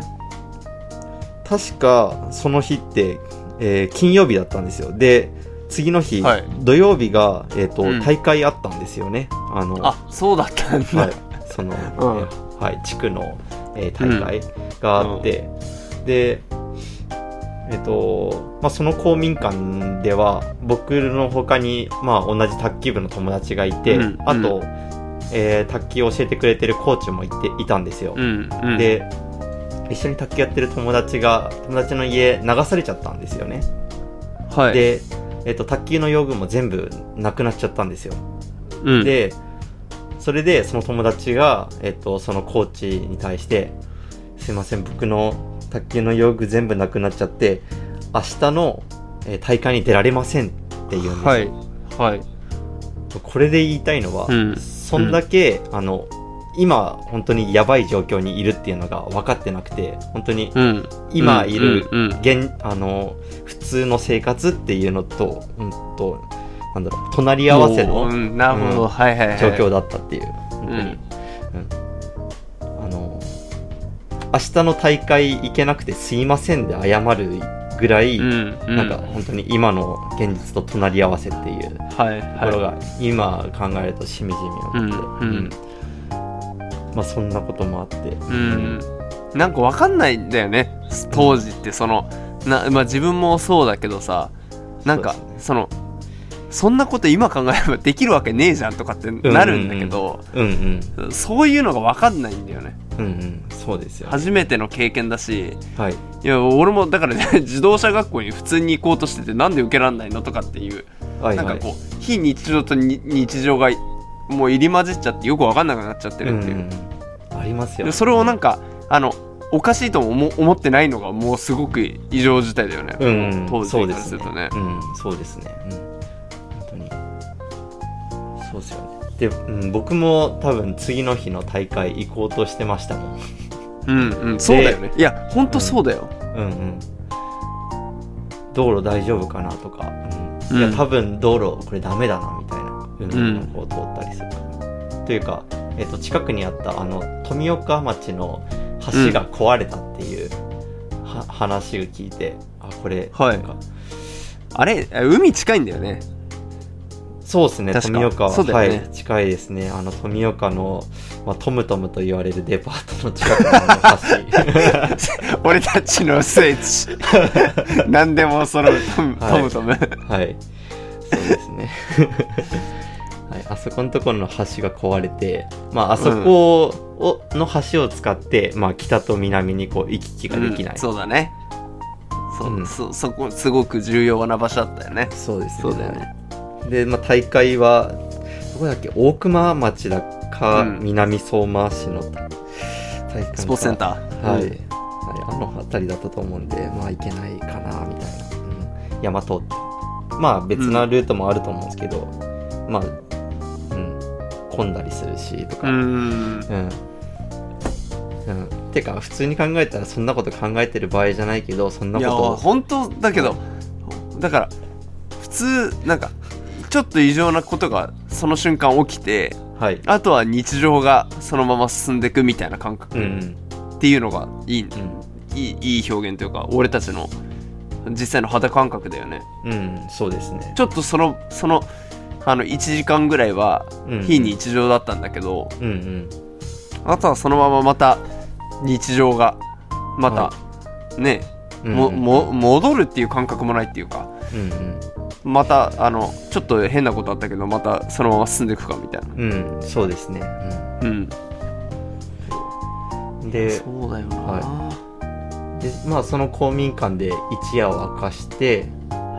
Speaker 2: 確かその日って、えー金曜日だったんですよで次の日、
Speaker 1: はい
Speaker 2: 土曜日が、えーと
Speaker 1: うん
Speaker 2: 大会あったんですよねあの
Speaker 1: あそうだったん
Speaker 2: は
Speaker 1: だ
Speaker 2: い、その、
Speaker 1: ん
Speaker 2: えーはい、地区の、えー大会があって、でえっ、と、まあ、その公民館では僕の他に、まあ、同じ卓球部の友達がいて、
Speaker 1: うん
Speaker 2: あと、えー卓球を教えてくれてるコーチもいていたんですよ、
Speaker 1: うんうん
Speaker 2: で一緒に卓球やってる友達が友達の家流されちゃったんですよね、
Speaker 1: はい、
Speaker 2: で、えっと卓球の用具も全部なくなっちゃったんですよ、
Speaker 1: うん、
Speaker 2: でそれでその友達が、えっとそのコーチに対して「すいません僕の卓球の用具全部なくなっちゃって明日の、えー大会に出られません」って言うんですよ、
Speaker 1: はいはい
Speaker 2: これで言いたいのは、
Speaker 1: うん
Speaker 2: そんだけ、あの今本当にやばい状況にいるっていうのが分かってなくて本当に
Speaker 1: うん
Speaker 2: 今いる
Speaker 1: うんうん
Speaker 2: 現あの普通の生活っていうのと,、うん、となんだろう隣り合わせ
Speaker 1: もう
Speaker 2: の
Speaker 1: うんなるほど、
Speaker 2: うん
Speaker 1: はいはいはい
Speaker 2: 状況だったっていう、本当に、うんあの明日の大会行けなくてすいませんで謝るぐらい、
Speaker 1: うんうん、
Speaker 2: なんか本当に今の現実と隣り合わせっていう
Speaker 1: はい
Speaker 2: ところ
Speaker 1: は
Speaker 2: が今考えるとしみじみ思って、
Speaker 1: うんうん
Speaker 2: まあそんなこともあって、
Speaker 1: いうんなんかわかんないんだよね当時ってそのな、まあ、自分もそうだけどさなんか
Speaker 2: そう
Speaker 1: そ,、
Speaker 2: ですね
Speaker 1: のそんなこと今考えればできるわけねえじゃんとかってなるんだけど、
Speaker 2: うんうん
Speaker 1: そういうのがわかんないんだよね
Speaker 2: うんうんそうですよ、
Speaker 1: 初めての経験だし
Speaker 2: はい
Speaker 1: いや俺もだから、ね、 自動車学校に普通に行こうとしててなんで受けられないのとかっていう
Speaker 2: はい
Speaker 1: なん
Speaker 2: は
Speaker 1: か
Speaker 2: い
Speaker 1: こう非日常とに日常がもう入り混じっちゃってよく分かんなくなっちゃってるっていう、
Speaker 2: うんうんありますよ
Speaker 1: でそれをなんか
Speaker 2: か
Speaker 1: あのおかしいとも思思ってないのがもうすごく異常事態だよね、
Speaker 2: うん、
Speaker 1: 当時
Speaker 2: そう
Speaker 1: か
Speaker 2: で
Speaker 1: らす
Speaker 2: す
Speaker 1: るとね
Speaker 2: ね。うん、そうですね。うん、本当に。そうですよね。で、うん、僕も多分次の日の大会行こうとしてましたもん。
Speaker 1: うんうんそうだよねいやほんとそうだよ、
Speaker 2: うんうん。道路大丈夫かなとか、うん、いうや
Speaker 1: ん
Speaker 2: 多分道路これダメだなみたいな
Speaker 1: ん
Speaker 2: 海の方を通ったりするから、というか、えっと近くにあったあの富岡町の橋が壊れたっていう、は話を聞いてあこれ、
Speaker 1: はい
Speaker 2: なんか
Speaker 1: あれあ海近いんだよね
Speaker 2: そうですね、
Speaker 1: 確か
Speaker 2: 富岡は、
Speaker 1: そうだ
Speaker 2: は
Speaker 1: よね
Speaker 2: い、近いですね。あの、富岡の、まあ、トムトムと言われるデパートの近くの あの
Speaker 1: 俺たちの聖 地何でも揃うトムトムトム、
Speaker 2: 橋。はい。そうですね。 はい、あそこのところの橋が壊れて、まあ、あそこを、の橋を使って、まあ、北と南にこう行き来ができない。
Speaker 1: うんそうだねそ,、う
Speaker 2: うん
Speaker 1: そそこすごく重要な場所だったよね
Speaker 2: そうですね。
Speaker 1: そうだよね
Speaker 2: で、まあ、大会は、どこだっけ、大熊町だか、
Speaker 1: うん
Speaker 2: 南相馬市の大会か
Speaker 1: スポーツセンター
Speaker 2: はい、はい、あの辺りだったと思うんでまあ行けないかなみたいな、うん、山通ってまあ別なルートもあると思うんですけど、まあ、うん、混んだりするしとか、
Speaker 1: う
Speaker 2: うん
Speaker 1: ん
Speaker 2: うんてか普通に考えたらそんなこと考えてる場合じゃないけどそんない
Speaker 1: や
Speaker 2: こ
Speaker 1: 本当だけどだから普通なんかちょっと異常なことがその瞬間起きて
Speaker 2: とはい
Speaker 1: あとは日常がそのまま進んでいくみたいな感覚
Speaker 2: うんう
Speaker 1: っ
Speaker 2: ん
Speaker 1: ていうのがいい,、
Speaker 2: う
Speaker 1: いいいい表現というか俺たちの実際の肌感覚だよね
Speaker 2: ん、うん、そうですね
Speaker 1: ちょっとそのそのあの1時間ぐらいは
Speaker 2: うん
Speaker 1: 非日常だったんだけど、
Speaker 2: うんうん
Speaker 1: あとはそのまままた日常がまた、ね
Speaker 2: うん
Speaker 1: もも戻るっていう感覚もないっていうか
Speaker 2: うんうん
Speaker 1: またあのちょっと変なことあったけどまたそのまま進んでいくかみたいな
Speaker 2: うん、そうですね、
Speaker 1: うん
Speaker 2: うん、で
Speaker 1: そうだよな、
Speaker 2: でまあその公民館で一夜を明かして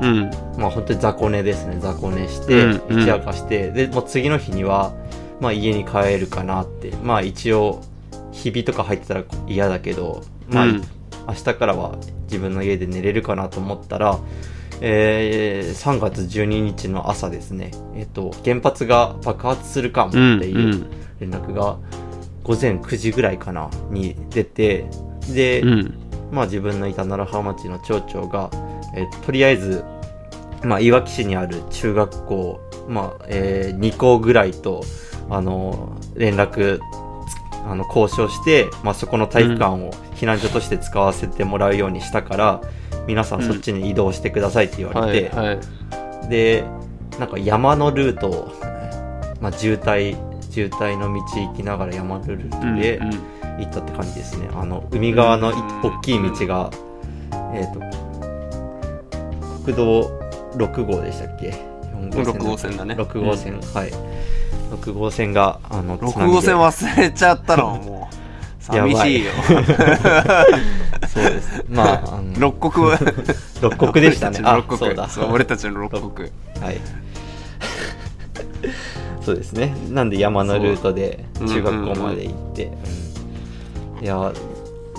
Speaker 1: うん
Speaker 2: まあ本当に雑魚寝ですね雑魚寝して、
Speaker 1: うんうん
Speaker 2: 一夜明かしてでもう次の日には、まあ、家に帰るかなってまあ一応ひびとか入ってたら嫌だけどまあ、
Speaker 1: うん
Speaker 2: 明日からは自分の家で寝れるかなと思ったら、えー3月12日の朝ですね、えっと、原発が爆発するかもって
Speaker 1: うん
Speaker 2: いう連絡が午前9時ぐらいかなに出てで、
Speaker 1: うん
Speaker 2: まあ、自分のいた楢葉町の町長が、えーとりあえず、まあ、いわき市にある中学校、まあえ2校ぐらいと、あの連絡つあの交渉して、まあ、そこの体育館を避難所として使わせてもらうようにしたから、皆さんそっちに移動してくださいって言わ
Speaker 1: は
Speaker 2: れて、
Speaker 1: いはい
Speaker 2: でなんか山のルートを、まあ、渋滞渋滞の道行きながら山のルートで
Speaker 1: うんうん
Speaker 2: 行ったって感じですね、あの海側のい
Speaker 1: うん
Speaker 2: 大きい道が、えっ、と国道6号でしたっけ
Speaker 1: 6号線だね
Speaker 2: 6号線、はい6号線があのつな
Speaker 1: 6
Speaker 2: ぎで
Speaker 1: 号線忘れちゃったのもう
Speaker 2: やばい
Speaker 1: 寂し いよ
Speaker 2: そうですまああの
Speaker 1: 六国
Speaker 2: 六国でしたね あ
Speaker 1: 六国
Speaker 2: そうだ
Speaker 1: そう俺たちの六国
Speaker 2: はい。そうですね。なんで山のルートで
Speaker 1: そう
Speaker 2: 中学校まで行って。うんいや、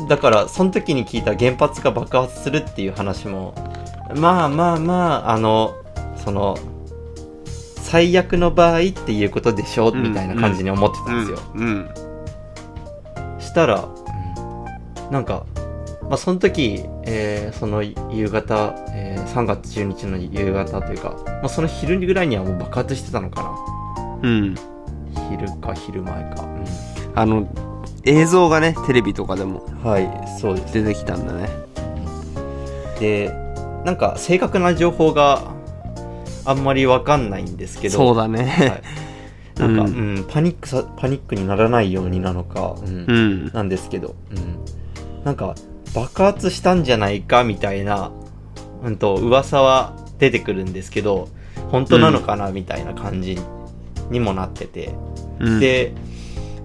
Speaker 2: だから、その時に聞いた原発が爆発するっていう話も、まあまあまあ、あの、その、最悪の場合っていうことでしょ、
Speaker 1: うん
Speaker 2: みたいな感じに思ってた
Speaker 1: うんん
Speaker 2: ですよ。
Speaker 1: うん
Speaker 2: したら、なんか、まあ、その時、えーその夕方、えー3月10日の夕方というか、まあ、その昼ぐらいにはもう爆発してたのか
Speaker 1: うん
Speaker 2: な昼か昼前か、
Speaker 1: あの映像がねテレビとかでも
Speaker 2: はいそうです
Speaker 1: 出てきたんだね
Speaker 2: でなんか正確な情報があんまりわかんないんですけど
Speaker 1: そう
Speaker 2: だ、
Speaker 1: だ
Speaker 2: は
Speaker 1: ね
Speaker 2: い、なんか、
Speaker 1: う
Speaker 2: うんんパニックさパニックにならないようになのか、うん
Speaker 1: うん
Speaker 2: なんですけど、うん、なんか爆発したんじゃないかみたいな、うん、と噂は出てくるんですけど本当なのかなみたいな感じにもなってて、
Speaker 1: うん
Speaker 2: で、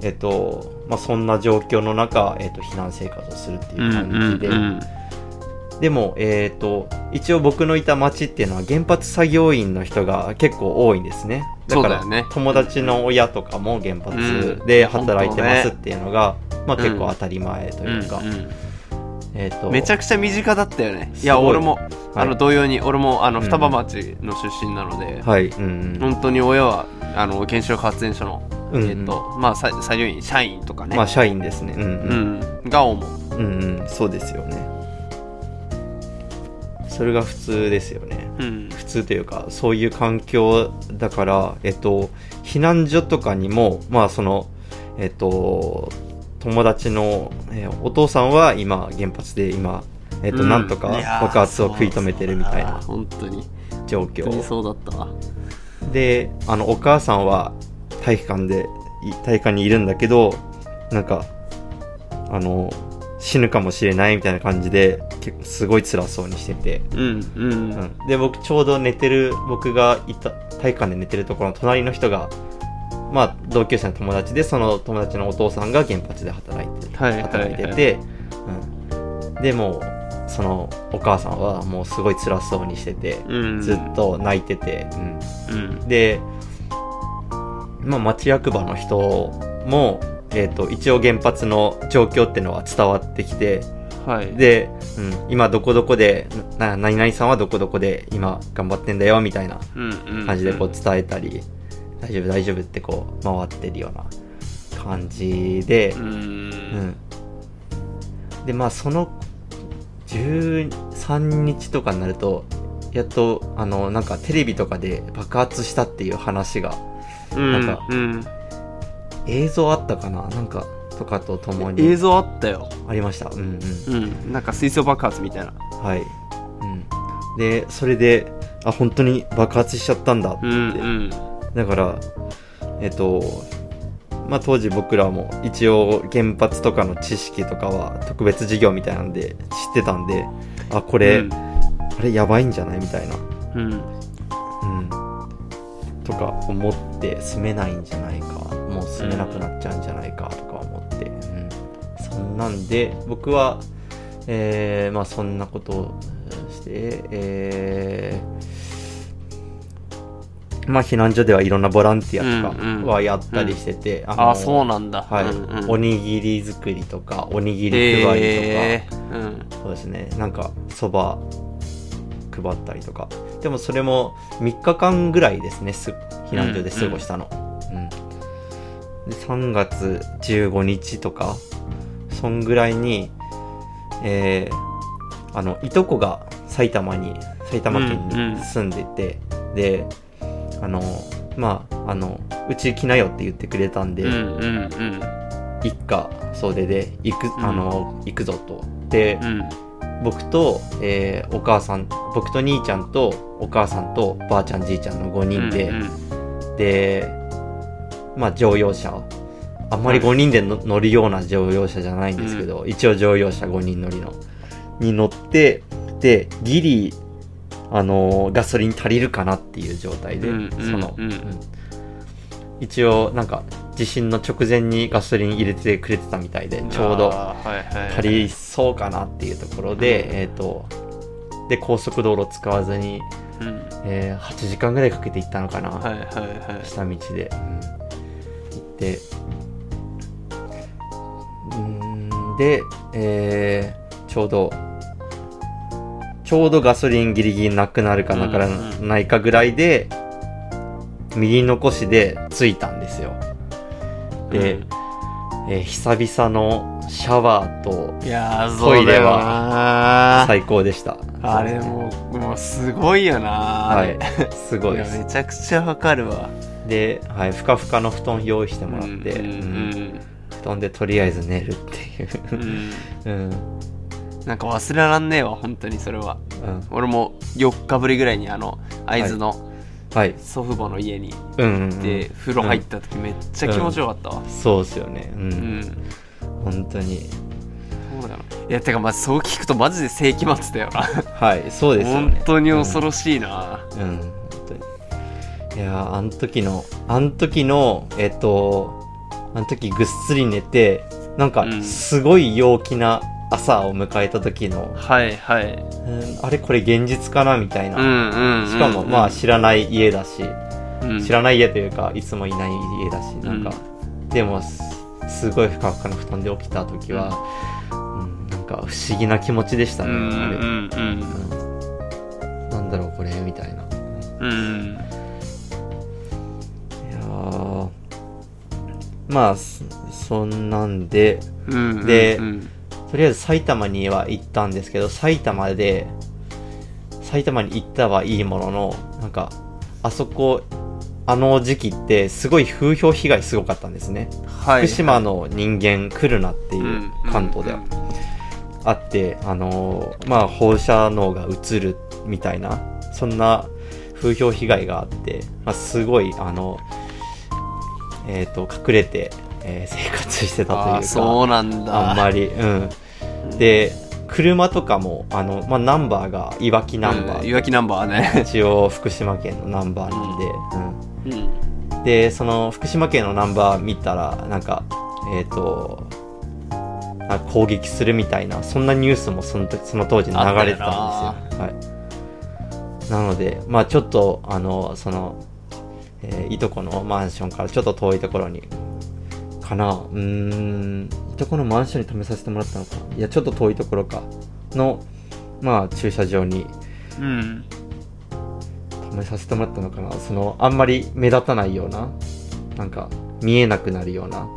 Speaker 2: えっとまあ、そんな状況の中、えっと、避難生活をするって
Speaker 1: うん
Speaker 2: いう
Speaker 1: うん
Speaker 2: 感じで、
Speaker 1: うん
Speaker 2: でも、えっと一応僕のいた町っていうのは原発作業員の人が結構多いんですねだ
Speaker 1: そう
Speaker 2: か
Speaker 1: だ
Speaker 2: ら
Speaker 1: よね
Speaker 2: 友達の親とかも原発で働いてますっていうのが、まあ、結構当たり前というか、えっと
Speaker 1: めちゃ
Speaker 2: く
Speaker 1: くちゃ身近だったよねい
Speaker 2: す
Speaker 1: や
Speaker 2: ごい
Speaker 1: 俺もあの
Speaker 2: はい
Speaker 1: 同様に俺もあの
Speaker 2: うん
Speaker 1: 双葉町の出身なので
Speaker 2: はい、うん
Speaker 1: 本当に親はあの原子力発電所の
Speaker 2: うん
Speaker 1: えっとまあさ作業員社員とかね
Speaker 2: まあ社員ですね、うん
Speaker 1: う
Speaker 2: うん
Speaker 1: んが主
Speaker 2: うんうん、そうですよねそれが普通ですよね
Speaker 1: うん
Speaker 2: 普通というかそういう環境だから、えっと、避難所とかにもまあそのえっと友達の、えーお父さんは今原発で今、えっと
Speaker 1: うん
Speaker 2: なんとか
Speaker 1: いやー
Speaker 2: 爆発を食い止めてるみたいな
Speaker 1: そうだ本当に
Speaker 2: 状
Speaker 1: 本当に
Speaker 2: 況
Speaker 1: そうだったわ
Speaker 2: であのお母さんは体育館でい体育館にいるんだけどなんかあの死ぬかもしれないみたいな感じで結構すごい辛そうにしてて、
Speaker 1: うんうんうん
Speaker 2: で僕ちょうど寝てる僕がいた体育館で寝てるところの隣の人がまあ同級生の友達でその友達のお父さんが原発で働いて、
Speaker 1: はいはいはい
Speaker 2: 働いてて、うん、でもうそのお母さんはもうすごい辛そうにしてて、
Speaker 1: うん
Speaker 2: ずっと泣いてて、
Speaker 1: うん
Speaker 2: で、まあ、町役場の人も、えー、と一応原発の状況ってのは伝わってきて
Speaker 1: はい
Speaker 2: で、うん、今どこどこでな何々さんはどこどこで今頑張ってんだよみたいな感
Speaker 1: 感
Speaker 2: じでこう伝えたり、大丈夫大丈夫ってこう回ってるような感じで、
Speaker 1: うんうん
Speaker 2: うん、でまあその13日とかになるとやっとあのなんかテレビとかで爆発したっていう話が
Speaker 1: うん
Speaker 2: なんか
Speaker 1: うん
Speaker 2: 映像あったかななんかとかととも
Speaker 1: 映
Speaker 2: に
Speaker 1: 像あったよ
Speaker 2: ありましたうんうん
Speaker 1: うんなんか水素爆発みたいな
Speaker 2: はい、うん、でそれであ本当に爆発しちゃったんだって、
Speaker 1: うんうん
Speaker 2: だからえっとまあ当時僕らも一応原発とかの知識とかは特別授業みたいなんで知ってたんであこれ、
Speaker 1: うん
Speaker 2: あれやばいんじゃないみたいな
Speaker 1: うん
Speaker 2: うんとか思って住めないんじゃないかもう住めなくなっちゃうんじゃないかとか思って、うんそんなんで僕は、えーまあそんなことをして、えーまあ、避難所ではいろんなボランティアと
Speaker 1: うんうん
Speaker 2: かはやったりしてて、あ
Speaker 1: ああそう
Speaker 2: の
Speaker 1: なんだ
Speaker 2: はい
Speaker 1: うんうん
Speaker 2: おにぎり作りとかおにぎり配りとか、
Speaker 1: えーうん
Speaker 2: そうですねなんかそば配ったりとかでもそれも3日間ぐらいですねす避難所で過ごしたの、うんで3月15日とかそんぐらいにえーあのいとこが埼玉に埼玉県
Speaker 1: うんうん
Speaker 2: に住んでて、であのまああのうち来なよって言ってくれたんで、
Speaker 1: うんうんうん
Speaker 2: 一家総出で行く、
Speaker 1: ん
Speaker 2: あの行くぞとで、
Speaker 1: うん
Speaker 2: 僕と、えーお母さん僕と兄ちゃんとお母さんとばあちゃんじいちゃんの5人で、
Speaker 1: うんうん
Speaker 2: でまあ乗用車あんまり
Speaker 1: はい
Speaker 2: 5人での乗るような乗用車じゃないんですけど、一応乗用車5人乗りのに乗ってでギリあのーガソリン足りるかなっていう状態で、
Speaker 1: うんうん
Speaker 2: その、
Speaker 1: うん
Speaker 2: 一応なんか地震の直前にガソリン入れてくれてたみたいでちょうど
Speaker 1: あーはいはい
Speaker 2: 足りそうかなっていうところで、
Speaker 1: うん
Speaker 2: えっ、と、で、高速道路使わずに、
Speaker 1: うん
Speaker 2: えー8時間ぐらいかけて行ったのかな、
Speaker 1: はいはいはい
Speaker 2: 下道で、うん行って、うんで、えーちょうど、ちょうどガソリンギリギリなくなるかなから
Speaker 1: うんう
Speaker 2: ないかぐらいで、右残しで着いたんですよ。で、
Speaker 1: うん
Speaker 2: えー久々のシャワーと
Speaker 1: いやー
Speaker 2: トイレ
Speaker 1: は
Speaker 2: 最高でした。
Speaker 1: あれもうもうすごいよな
Speaker 2: は、
Speaker 1: はい
Speaker 2: すごいで
Speaker 1: いや
Speaker 2: す。
Speaker 1: めちゃくちゃわかるわ
Speaker 2: で、はい、ふかふかの布団用意してもらって、うん
Speaker 1: うん
Speaker 2: 布団でとりあえず寝るって
Speaker 1: う
Speaker 2: い
Speaker 1: んう
Speaker 2: う。
Speaker 1: ん
Speaker 2: うん、
Speaker 1: なんか忘れらんねえわ本当にそれは
Speaker 2: うん、
Speaker 1: 俺も4日ぶりぐらいにあの会津の
Speaker 2: はい、
Speaker 1: 祖父母の家に行
Speaker 2: うん、うん、
Speaker 1: って風呂入った時めっちゃ気持ちよかったわ
Speaker 2: そうですよね。うん、
Speaker 1: うん
Speaker 2: 本当に。
Speaker 1: そうだよないやてかまあそう聞くとマジで世紀末だよな
Speaker 2: はい、そうですよね。
Speaker 1: 本当に恐ろしいな
Speaker 2: うん、うん、本当に。いやーあの時の、あの時の、えっ、と、あの時ぐっすり寝て、なんか
Speaker 1: うん
Speaker 2: すごい陽気な朝を迎えた時の、
Speaker 1: はいはい
Speaker 2: うん、あれこれ現実かなみたいな。
Speaker 1: うんうんうん
Speaker 2: しかもまあ知らない家だし、
Speaker 1: うん
Speaker 2: 知らない家というかいつもいない家だしなんか、でもすすごいふかふかの布団で起きた時は、うんなんか不思議な気持ちでした
Speaker 1: う
Speaker 2: ね、
Speaker 1: ん
Speaker 2: あれ、
Speaker 1: うんうん
Speaker 2: うんなんだろうこれみたいない
Speaker 1: うん
Speaker 2: やーまあそそんなんで
Speaker 1: うん
Speaker 2: で
Speaker 1: うん
Speaker 2: とりあえず埼玉には行ったんですけど埼玉で埼玉に行ったはいいもののなんかあそこあの時期ってすごい風評被害すごかったんですね、
Speaker 1: はい
Speaker 2: 福島の人間来るなっていう関東ではあって、あのーまあ放射能が移るみたいなそんな風評被害があって、まあ、すごいあのえっ、と隠れて、えー生活してたという
Speaker 1: あ
Speaker 2: か
Speaker 1: ーそうなんだ
Speaker 2: あんまりうんで車とかもあの、まあ、ナンバーがいわきナンバ
Speaker 1: うん
Speaker 2: ー、
Speaker 1: いわきナンバーね
Speaker 2: 一応福島県のナンバーなんで、うん、
Speaker 1: うん
Speaker 2: でその福島県のナンバー見たらなんかえっ、となんか攻撃するみたいなそんなニュースもその時その当時流れてたんですよはい、なのでまあちょっとあのその、えーいとこのマンションからちょっと遠いところにかなうーんいとこのマンションに止めさせてもらったのかないやちょっと遠いところかのまあ駐車場に
Speaker 1: うん
Speaker 2: 止めさせてもらったのかなそのあんまり目立たないようななんか見えなくなるような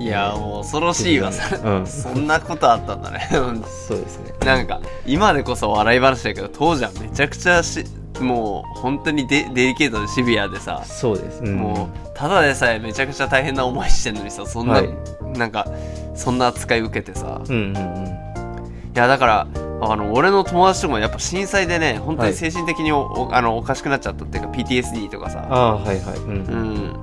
Speaker 2: い
Speaker 1: やーもう恐ろしいわそれ
Speaker 2: うん
Speaker 1: そんなことあったんだねうん
Speaker 2: そうですね
Speaker 1: なんか今でこそ笑い話だけど当時はめちゃくちゃしもう本当にデデリケートでシビアでさ
Speaker 2: そうです、うん
Speaker 1: もうただでさえめちゃくちゃ大変な思いしてんのにさそんな、
Speaker 2: はい
Speaker 1: なんかそんな扱い受けてさ
Speaker 2: うんうんうん
Speaker 1: いやだからあの俺の友達とかもやっぱ震災でね本当
Speaker 2: は
Speaker 1: に
Speaker 2: い
Speaker 1: 精神的にお,お、あのおかしくなっちゃったっていうか PTSD とかさ
Speaker 2: ああーはいはいうん、
Speaker 1: う
Speaker 2: うん
Speaker 1: ん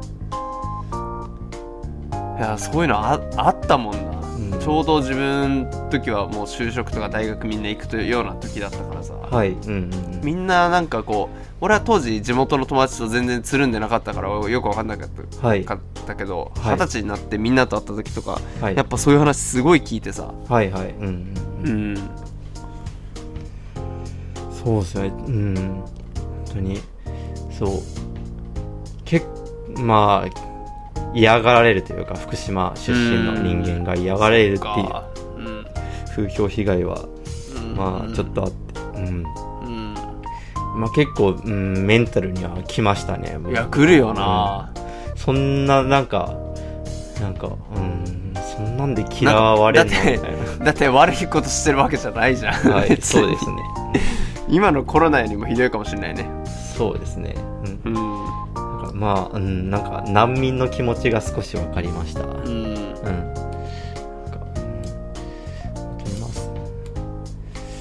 Speaker 1: いやそういうのああったもんな、
Speaker 2: ん
Speaker 1: ちょうど自分の時はもう就職とか大学みんな行くというような時だったからさ、
Speaker 2: はいうんうん
Speaker 1: みんななんかこう俺は当時地元の友達と全然つるんでなかったからよく分かんなかった
Speaker 2: うんはい
Speaker 1: かったけど二
Speaker 2: はい
Speaker 1: 十歳になってみんなと会った時とか、
Speaker 2: はい
Speaker 1: やっぱそういう話すごい聞いてさ
Speaker 2: はいはいうんうんうん
Speaker 1: うん
Speaker 2: そうですねうん本当にそうけまあ嫌がられるというか福島出身の人間が嫌がられるっていう
Speaker 1: うんうん
Speaker 2: 風評被害は
Speaker 1: うん
Speaker 2: まあちょっとあって、うん
Speaker 1: うん
Speaker 2: まあ、結構、うん、メンタルにはきましたねもう
Speaker 1: いや来るよな、
Speaker 2: そんななんかなんかうんそんなんで嫌われるの
Speaker 1: なんかだって
Speaker 2: みたいな
Speaker 1: だって悪いことしてるわけじゃないじゃん、
Speaker 2: はい、
Speaker 1: 別に
Speaker 2: そうですね。
Speaker 1: 今のコロナよりもひどいかもしれないね
Speaker 2: そうですね。うん、
Speaker 1: うん、
Speaker 2: なんかまあ、うん、なんか難民の気持ちが少しわかりました。うん。なんか
Speaker 1: うん、
Speaker 2: うんわかりますい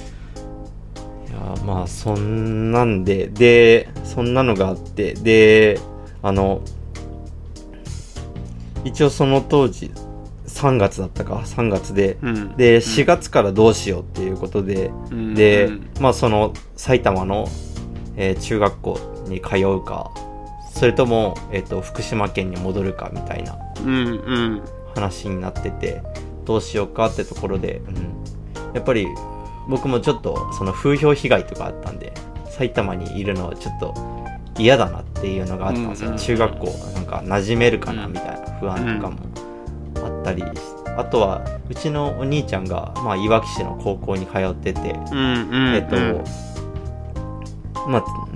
Speaker 2: やまあそんなんででそんなのがあってであの一応その当時3月だったか3月で
Speaker 1: うん、
Speaker 2: で4月からどうしようっていうことで、
Speaker 1: うん
Speaker 2: で、
Speaker 1: うん
Speaker 2: まあその埼玉の、えー中学校に通うかそれとも、えっと福島県に戻るかみたいな
Speaker 1: うんうん
Speaker 2: 話になっててどうしようかってところで、うん、やっぱり僕もちょっとその風評被害とかあったんで埼玉にいるのはちょっと嫌だなっていうのがあったんですよ、
Speaker 1: うんうん
Speaker 2: 中学校なんか馴染めるかな
Speaker 1: うん
Speaker 2: みたいな不安とかもあったりしあとはうちのお兄ちゃんが、まあ、いわき市の高校に通ってて、
Speaker 1: うんうん
Speaker 2: えっと、まあ、え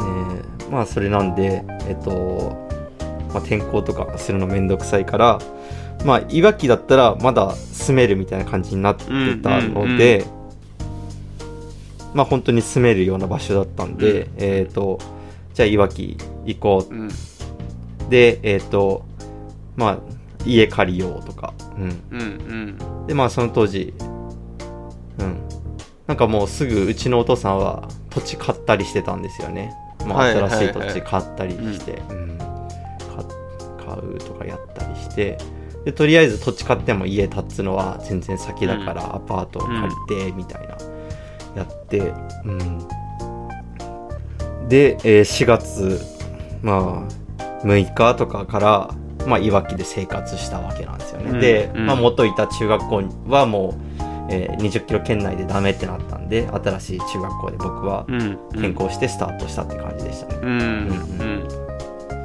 Speaker 2: ーまあそれなんで、えっと、まあ、転校とかするのめんどくさいから、まあ、いわきだったらまだ住めるみたいな感じになってたので、まあ本当に住めるような場所だったんで、
Speaker 1: うん
Speaker 2: えっと、じゃあいわき行こ
Speaker 1: うん
Speaker 2: う。で、えっと、まあ、家借りようとか、うん。
Speaker 1: うんうん
Speaker 2: でまあその当時うんなんかもうすぐうちのお父さんは土地買ったりしてたんですよね、まあ、
Speaker 1: はい
Speaker 2: 新しい
Speaker 1: はい
Speaker 2: 土
Speaker 1: はい
Speaker 2: 地買ったりして、うんか買うとかやったりしてでとりあえず土地買っても家建つのは全然先だから、アパートを借りてみたいな、やってうんで、えー4月まあ6日とかから、まあ、いわきで生活したわけなんですよね、
Speaker 1: うん
Speaker 2: で、
Speaker 1: うん
Speaker 2: まあ、元いた中学校はもう、え2 0キロ圏内でダメってなったんで新しい中学校で僕は
Speaker 1: うん
Speaker 2: 転校してスタートしたって感じでしたね、
Speaker 1: うん
Speaker 2: うん
Speaker 1: うん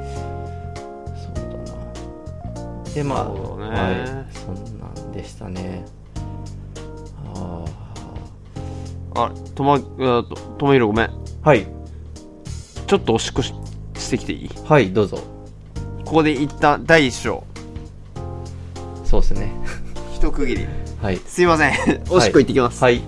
Speaker 2: そうだなでまあ
Speaker 1: そうだね
Speaker 2: はい、そんなんでしたねあ
Speaker 1: あとまあとともひろごめん
Speaker 2: ーはい
Speaker 1: ちょっとおしっこししてきていいこ
Speaker 2: はいどうぞ
Speaker 1: こで一旦第一章
Speaker 2: そうですね
Speaker 1: 一区切り
Speaker 2: はい
Speaker 1: すいません おしっこ行ってきます
Speaker 2: はい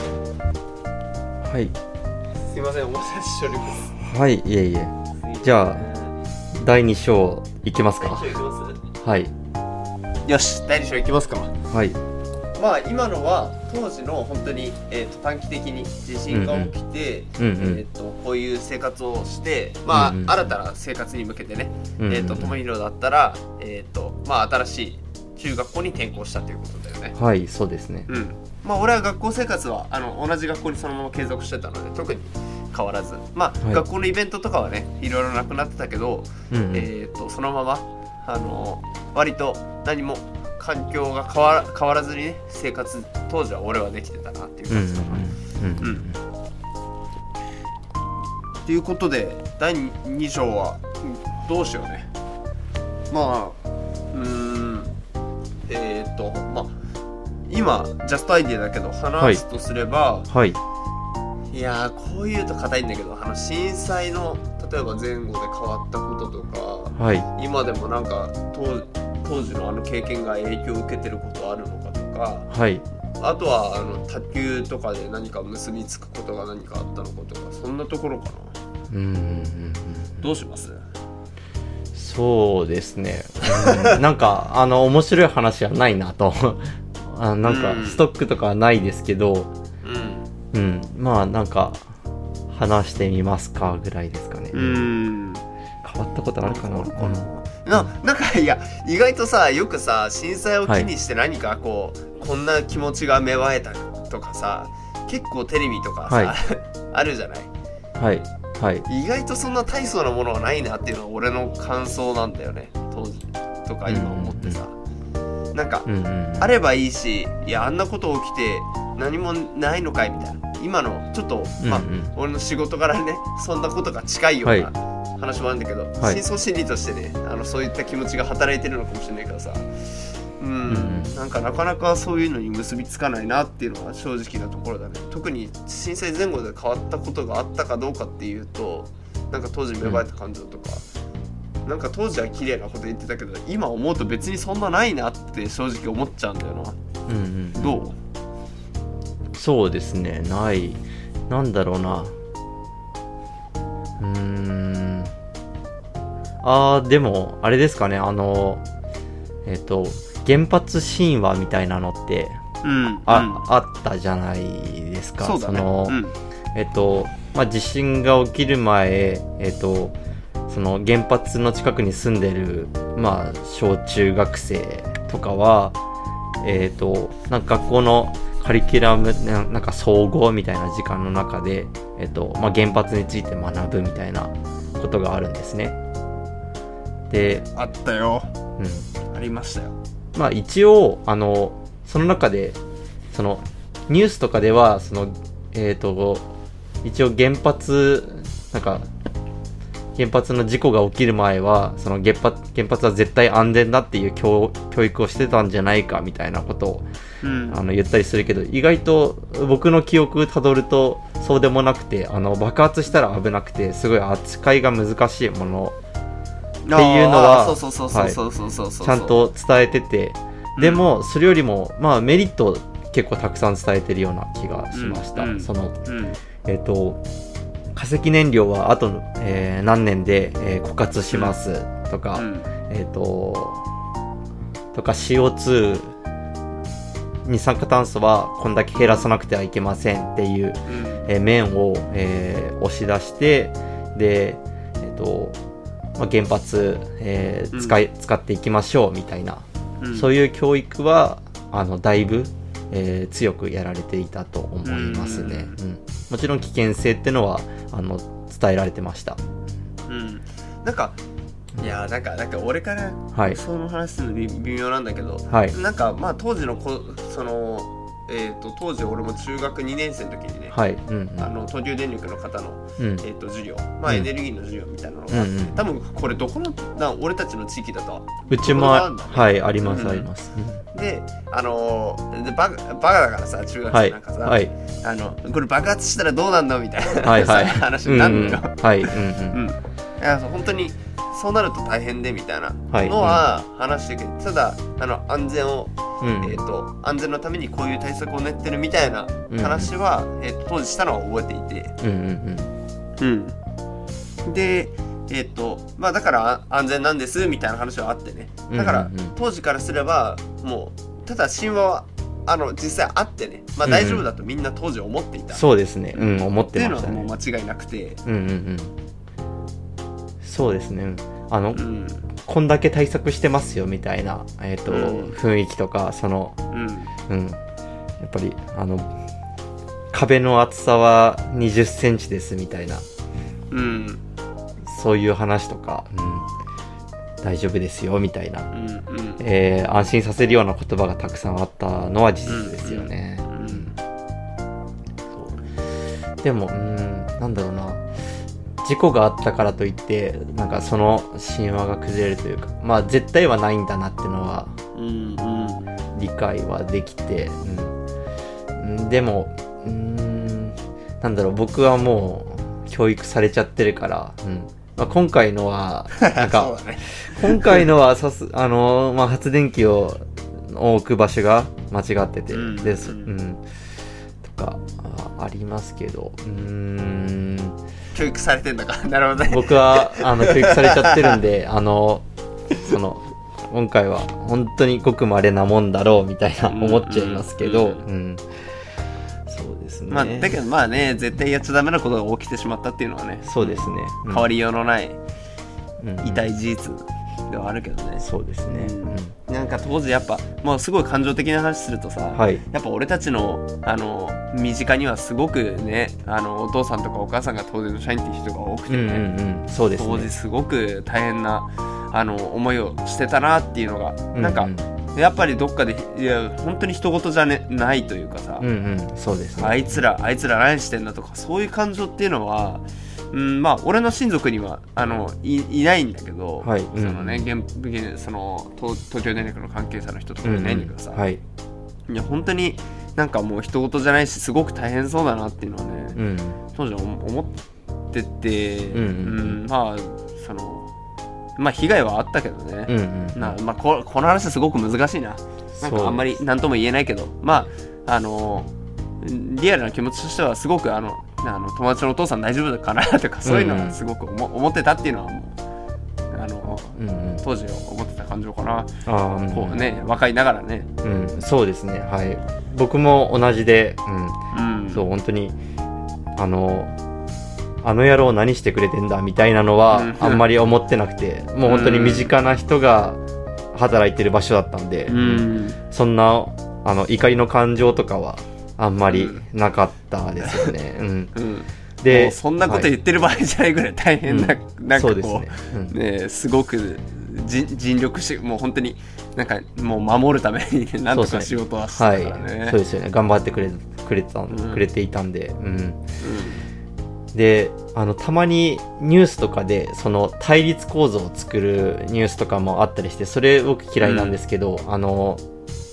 Speaker 2: はい
Speaker 1: すいませんお待たせしております
Speaker 2: はいいえいえじゃ第2章いきますかはい
Speaker 1: よし第二章行きますか
Speaker 2: はい
Speaker 1: まあ今のは当時の本当に、えー、と短期的に地震が起きて、
Speaker 2: うんう
Speaker 1: えー
Speaker 2: ん、
Speaker 1: とこういう生活をして、まあ
Speaker 2: うんうん
Speaker 1: 新たな生活に向けてね、
Speaker 2: うんうん
Speaker 1: えー、と友広だったら、えーとまあ、新しい中学校に転校したということだよね。
Speaker 2: はいそうですね
Speaker 1: うんまあ、俺は学校生活はあの同じ学校にそのまま継続してたので特に変わらず、まあ
Speaker 2: はい
Speaker 1: 学校のイベントとかはねいろいろなくなってたけど、
Speaker 2: うんうん
Speaker 1: えー、とそのままあの割と何も環境が変わら変わらずにね生活当時は俺はできてたなっていう
Speaker 2: うんう
Speaker 1: 感じだな、
Speaker 2: んうんうん
Speaker 1: ということで第2章はうんどうしようねまあうーんえっ、とまあ今ジャストアイデアだけど話すとすれば、
Speaker 2: はい。
Speaker 1: い、やーこういうと硬いんだけどあの震災の例えば前後で変わったこととか
Speaker 2: はい。
Speaker 1: 今でもなんか当当時のあの経験が影響を受けてることあるのかとか
Speaker 2: はい。
Speaker 1: あとはあの卓球とかで何か結びつくことが何かあったのかとかそんなところかな
Speaker 2: うんうんうんうん。
Speaker 1: どうします
Speaker 2: そうですね。うんなんか、あの、面白い話はないなと。 あなん
Speaker 1: うん
Speaker 2: か、ストックとかはないですけど、
Speaker 1: う
Speaker 2: うん。まあ、なんか、話してみますか、ぐらいですかね。
Speaker 1: ん
Speaker 2: 変わったことあるかな。
Speaker 1: あるかな
Speaker 2: うん
Speaker 1: ななんかいや意外とさよくさ震災を機にして何かこう、こんな気持ちが芽生えたとかさ結構テレビとかさ、
Speaker 2: はい
Speaker 1: あるじゃない
Speaker 2: はい。はい。
Speaker 1: 意外とそんな大層なものはないなっていうのは俺の感想なんだよね当時とか今思ってさ、なんか、
Speaker 2: うんうんうん。
Speaker 1: あればいいしいやあんなこと起きて何もないのかいみたいな今のちょっと、
Speaker 2: うんう
Speaker 1: まあ
Speaker 2: ん。
Speaker 1: 俺の仕事からねそんなことが近いような話もあるんだけど、
Speaker 2: はい
Speaker 1: 深層心理としてねあのそういった気持ちが働いてるのかもしれないからさうん、
Speaker 2: うんうん
Speaker 1: なんかなかなかそういうのに結びつかないなっていうのは正直なところだね特に震災前後で変わったことがあったかどうかっていうとなんか当時芽生えた感情とか、なんか当時は綺麗なこと言ってたけど今思うと別にそんなないなって正直思っちゃうんだよな
Speaker 2: うんうん。
Speaker 1: どう
Speaker 2: そうですね、ない。なんだろうな。うーん。あー、でも、あれですかね、あの、えっ、と、原発神話みたいなのって、
Speaker 1: うん
Speaker 2: あ、
Speaker 1: うん
Speaker 2: あったじゃないですか。
Speaker 1: そうだね
Speaker 2: の、
Speaker 1: うん
Speaker 2: えっ、と、まあ、地震が起きる前、えっ、と、その原発の近くに住んでる、まあ、小中学生とかは、えっ、と、なんか学校のカリキュラム、ななんか総合みたいな時間の中で、えっ、と、まあ、原発について学ぶみたいなことがあるんですね。で、
Speaker 1: あったよ
Speaker 2: うん。
Speaker 1: ありましたよ
Speaker 2: まあ一応、あの、その中で、その、ニュースとかでは、その、えっ、と、一応原発、なんか、原発の事故が起きる前は、その原発、原発は絶対安全だっていう教教育をしてたんじゃないかみたいなことを
Speaker 1: うん
Speaker 2: あの言ったりするけど、意外と僕の記憶たどるとそうでもなくて、あの爆発したら危なくて、すごい扱いが難しいもの
Speaker 1: って
Speaker 2: っていうのは
Speaker 1: そうそうそうそうそうそうそうそう
Speaker 2: ちゃんと伝えてて、
Speaker 1: うん
Speaker 2: でも、それよりも、まあ、メリットを結構たくさん伝えてるような気がしました。
Speaker 1: うんうん
Speaker 2: その、
Speaker 1: うん
Speaker 2: えっ、と、化石燃料はあと、えー何年で、えー枯渇しますとか、
Speaker 1: うん
Speaker 2: えっ、と、とか CO2、二酸化炭素はこんだけ減らさなくてはいけませんっていう
Speaker 1: うん
Speaker 2: えー面を、えー押し出してで、えーとまあ、原発、えー
Speaker 1: うん
Speaker 2: 使い使っていきましょうみたいな、
Speaker 1: うん
Speaker 2: そういう教育はあのだいぶ、えー強くやられていたと思いますね、うんもちろん危険性ってのはあの伝えられてました
Speaker 1: うんなんかいやーなんかなんか俺から
Speaker 2: はい
Speaker 1: その話するのび微妙なんだけど
Speaker 2: はい
Speaker 1: なんかまあ当時のこそのえっと当時俺も中学2年生の時にね
Speaker 2: はいうん
Speaker 1: あの東京電力の方の
Speaker 2: うんうん
Speaker 1: えーと授業まあ
Speaker 2: うん
Speaker 1: エネルギーの授業みたいなの
Speaker 2: うんう
Speaker 1: が
Speaker 2: ん
Speaker 1: 多分これどこのな俺たちの地域だと
Speaker 2: うちも
Speaker 1: ここなんだね
Speaker 2: はいあります、
Speaker 1: うん
Speaker 2: あります、
Speaker 1: であのーでバカバカだからさ中学
Speaker 2: は
Speaker 1: 生
Speaker 2: い
Speaker 1: なんかさ、
Speaker 2: はい
Speaker 1: あのこれ爆発したらどうなんのみたいな、
Speaker 2: はいはい
Speaker 1: 話
Speaker 2: う
Speaker 1: に
Speaker 2: んう
Speaker 1: なんるのよ。
Speaker 2: はいうんう
Speaker 1: うんん、いやそう本当にそうなると大変でみたいな
Speaker 2: はい
Speaker 1: のは話してくれて、ただあの安全を、
Speaker 2: うん
Speaker 1: えー、と安全のためにこういう対策を練ってるみたいな話は、えーと当時したのは覚えていて、
Speaker 2: うんうん
Speaker 1: でえっ、とまあだからあ安全なんですみたいな話はあってねだから、
Speaker 2: うんうんうん
Speaker 1: 当時からすればもうただ神話はあの実際あってね、まあ、大丈夫だとみんな当時思ってい
Speaker 2: うん
Speaker 1: た、
Speaker 2: そうですねうん思っ
Speaker 1: ってい
Speaker 2: て
Speaker 1: う
Speaker 2: ま
Speaker 1: の
Speaker 2: し
Speaker 1: は
Speaker 2: たね
Speaker 1: もう間違いなくて、
Speaker 2: うんうんうんそうですねあの、
Speaker 1: うん
Speaker 2: こんだけ対策してますよみたいな、えーと
Speaker 1: うん
Speaker 2: 雰囲気とかその
Speaker 1: うん、
Speaker 2: うんやっぱりあの壁の厚さは2 0センチですみたいな
Speaker 1: うん
Speaker 2: そういう話とか、うん大丈夫ですよみたいな、
Speaker 1: うんうん
Speaker 2: えー安心させるような言葉がたくさんあったのは事実ですよね、
Speaker 1: うん
Speaker 2: そうでもうんなんだろうな事故があったからといってなんかその神話が崩れるというかまあ絶対はないんだなってのは
Speaker 1: うんうん
Speaker 2: 理解はできて、うんうん、でもうーんなんだろう僕はもう教育されちゃってるから、うんまあ、今回のはなん
Speaker 1: そ
Speaker 2: か
Speaker 1: うだね
Speaker 2: 今回のはさす、あのーまあ、発電機を置く場所が間違ってて、
Speaker 1: うん
Speaker 2: でそ
Speaker 1: うん
Speaker 2: うん、とかあありますけどうーん
Speaker 1: 教育されてんだからなるほどね
Speaker 2: 僕はあの教育されちゃってるんであのその今回は本当にごくまれなもんだろうみたいな
Speaker 1: うん
Speaker 2: 思っちゃいますけど、
Speaker 1: う
Speaker 2: うんんそうですね、
Speaker 1: まあだけどまあね絶対やっちゃダメなことが起きてしまったっていうのはね
Speaker 2: そうですね、
Speaker 1: 変わ
Speaker 2: り
Speaker 1: りようのない痛
Speaker 2: い
Speaker 1: い事実ではあるけどね、
Speaker 2: そうですね、
Speaker 1: うん
Speaker 2: う
Speaker 1: なんか当時やっぱもうすごい感情的な話するとさ、
Speaker 2: んはい
Speaker 1: やっぱ俺たちのあの身近にはすごくねあのお父さんとかお母さんが当然の社員っていう人が多く
Speaker 2: うん
Speaker 1: て
Speaker 2: う
Speaker 1: ね、
Speaker 2: んうんそうです
Speaker 1: 当時
Speaker 2: ね
Speaker 1: すごく大変なあの思いをしてたなっていうのが、なん
Speaker 2: う
Speaker 1: か
Speaker 2: ん
Speaker 1: やっぱりどっかでいや本当に人事じゃ、ね、ないというかさ、
Speaker 2: うんうんそうですね
Speaker 1: あいつらあいつら何してんだとかそういう感情っていうのは、うん、まあ俺の親族にはあのいいないんだけど、
Speaker 2: はい
Speaker 1: そのね
Speaker 2: う
Speaker 1: 原原その東東京電力の関係者の人とか
Speaker 2: うん
Speaker 1: も
Speaker 2: う
Speaker 1: い
Speaker 2: ん
Speaker 1: ないんだけどさ、
Speaker 2: はい
Speaker 1: いや本当になんかもう人事じゃないしすごく大変そうだなっていうのはね、
Speaker 2: うん
Speaker 1: 当時は思思ってて、
Speaker 2: うんうんうん
Speaker 1: うんまあそのまあ被害はあったけどね、
Speaker 2: うんうん
Speaker 1: なまあ、ここの話はすごく難しいななんかあんまり何とも言えないけどまああのリアルな気持ちとしてはすごくあのあの友達のお父さん大丈夫かなとかそういうの
Speaker 2: うんう
Speaker 1: は
Speaker 2: ん
Speaker 1: すごく思,、思ってたっていうのはもうあの
Speaker 2: そうです、うんうん、
Speaker 1: 当時思ってた感情かな、
Speaker 2: あー
Speaker 1: こう、ね若いながらね、
Speaker 2: うんうん、そうですねはい僕も同じで、うん、
Speaker 1: うん、
Speaker 2: そう本当にあのあの野郎何してくれてんだみたいなのは
Speaker 1: うん
Speaker 2: あんまり思ってなくて、もう本当に身近な人が働いてる場所だったんで、
Speaker 1: うん
Speaker 2: そんなあの怒りの感情とかはあんまりなかったですよね。うん、
Speaker 1: うん、も
Speaker 2: で
Speaker 1: うそんなこと言ってる場合じゃないぐらい大変な、
Speaker 2: は
Speaker 1: なんかこう
Speaker 2: そうですね。うん
Speaker 1: ねすごく尽尽力してもう本当になんかもう守るために 何と
Speaker 2: そう
Speaker 1: か
Speaker 2: です
Speaker 1: 仕
Speaker 2: ね
Speaker 1: 事はして
Speaker 2: は
Speaker 1: たからね。
Speaker 2: い、そうですよね頑張ってくれくれてた、
Speaker 1: ん
Speaker 2: くれていたんで、うん、であのたまにニュースとかでその対立構造を作るニュースとかもあったりしてそれ僕嫌いなんですけど、あの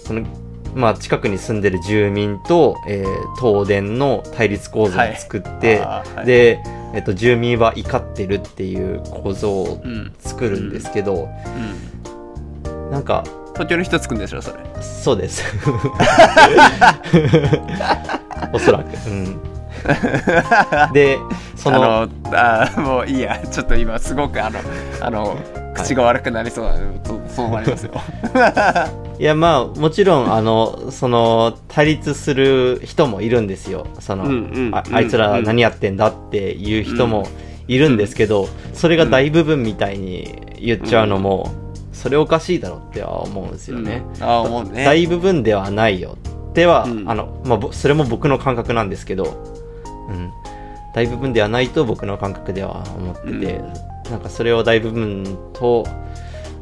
Speaker 2: そのまあ、近くに住んでる住民と、えー東電の対立構造を作って、
Speaker 1: あーはい
Speaker 2: で、えっと、住民は怒ってるっていう構造を
Speaker 1: うんうん、
Speaker 2: 作るんですけど、なんか
Speaker 1: 東京の人つくんでしょそれ。
Speaker 2: そうです おそらく、うん、でその
Speaker 1: あのあーもういいや ちょっと今すごくあのあの口が悪くなりそうなので、そそうなり ますよ。
Speaker 2: いやまあもちろんあのその対立する人もいるんですよその、
Speaker 1: うんうん
Speaker 2: あ
Speaker 1: うん
Speaker 2: あいつら何やってんだっていう人もいるんですけど、それが大部分みたいに言っちゃうのも、それおかしいだろっては思うんですよね、
Speaker 1: うん、あーもうね。
Speaker 2: 大部分ではないよっては、
Speaker 1: うん
Speaker 2: あのまあ、ぼそれも僕の感覚なんですけど、うん、大部分ではないと僕の感覚では思ってて、なんかそれを大部分と、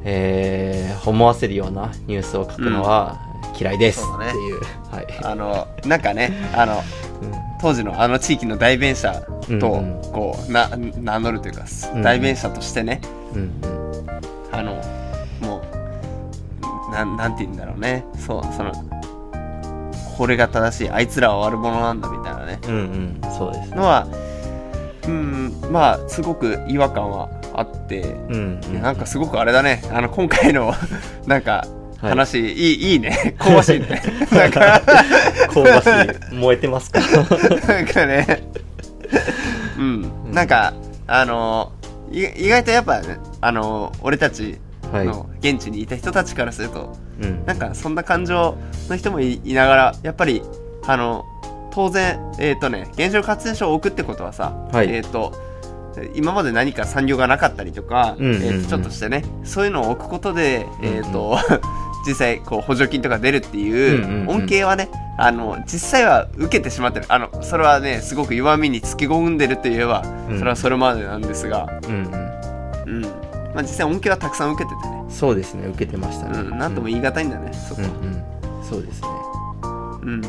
Speaker 2: えー思わせるようなニュースを書くのは嫌いです
Speaker 1: そうだね
Speaker 2: っていう、はい
Speaker 1: あのなんかねあの当時のあの地域の代弁者と、
Speaker 2: うんうん
Speaker 1: こうな名乗るというか
Speaker 2: うん
Speaker 1: 代弁者としてね、
Speaker 2: うんうんうん
Speaker 1: あのもうなんなんて言うんだろうねそうそのこれが正しいあいつらは悪者なんだみたいなね
Speaker 2: うんうんそうですね
Speaker 1: のはうんまあすごく違和感はあって、
Speaker 2: うんうん
Speaker 1: なんかすごくあれだねあの今回の なんか
Speaker 2: はい
Speaker 1: 話、い、いいいね 香ばしいねなんか
Speaker 2: 香ばしい燃え てますか
Speaker 1: なんかねうんなんかあのい意外とやっぱ、ね、あの俺たち
Speaker 2: はい、
Speaker 1: の現地にいた人たちからすると、
Speaker 2: うん
Speaker 1: なんかそんな感情の人もいいながらやっぱりあの当然えっ、とね原子力発電所を置くってことはさ、
Speaker 2: はい
Speaker 1: えっ、と今まで何か産業がなかったりとか、
Speaker 2: うんうんうん
Speaker 1: えーとちょっとしてねそういうのを置くことで、
Speaker 2: うんうん
Speaker 1: えっ、と 実際こう補助金とか出るって
Speaker 2: うんうん
Speaker 1: いううん恩恵はね、あの実際は受けてしまってるあのそれはねすごく弱みにつけ込んでるといえば、
Speaker 2: うん
Speaker 1: それはそれまでなんですが、
Speaker 2: うんう
Speaker 1: うんまあ、実際恩恵はたくさん受けててね
Speaker 2: ん、そうですね受けてましたね、
Speaker 1: うん、なんとも
Speaker 2: い
Speaker 1: 言い難いんだね、そこ
Speaker 2: うん
Speaker 1: は。
Speaker 2: うん、そうですね
Speaker 1: うん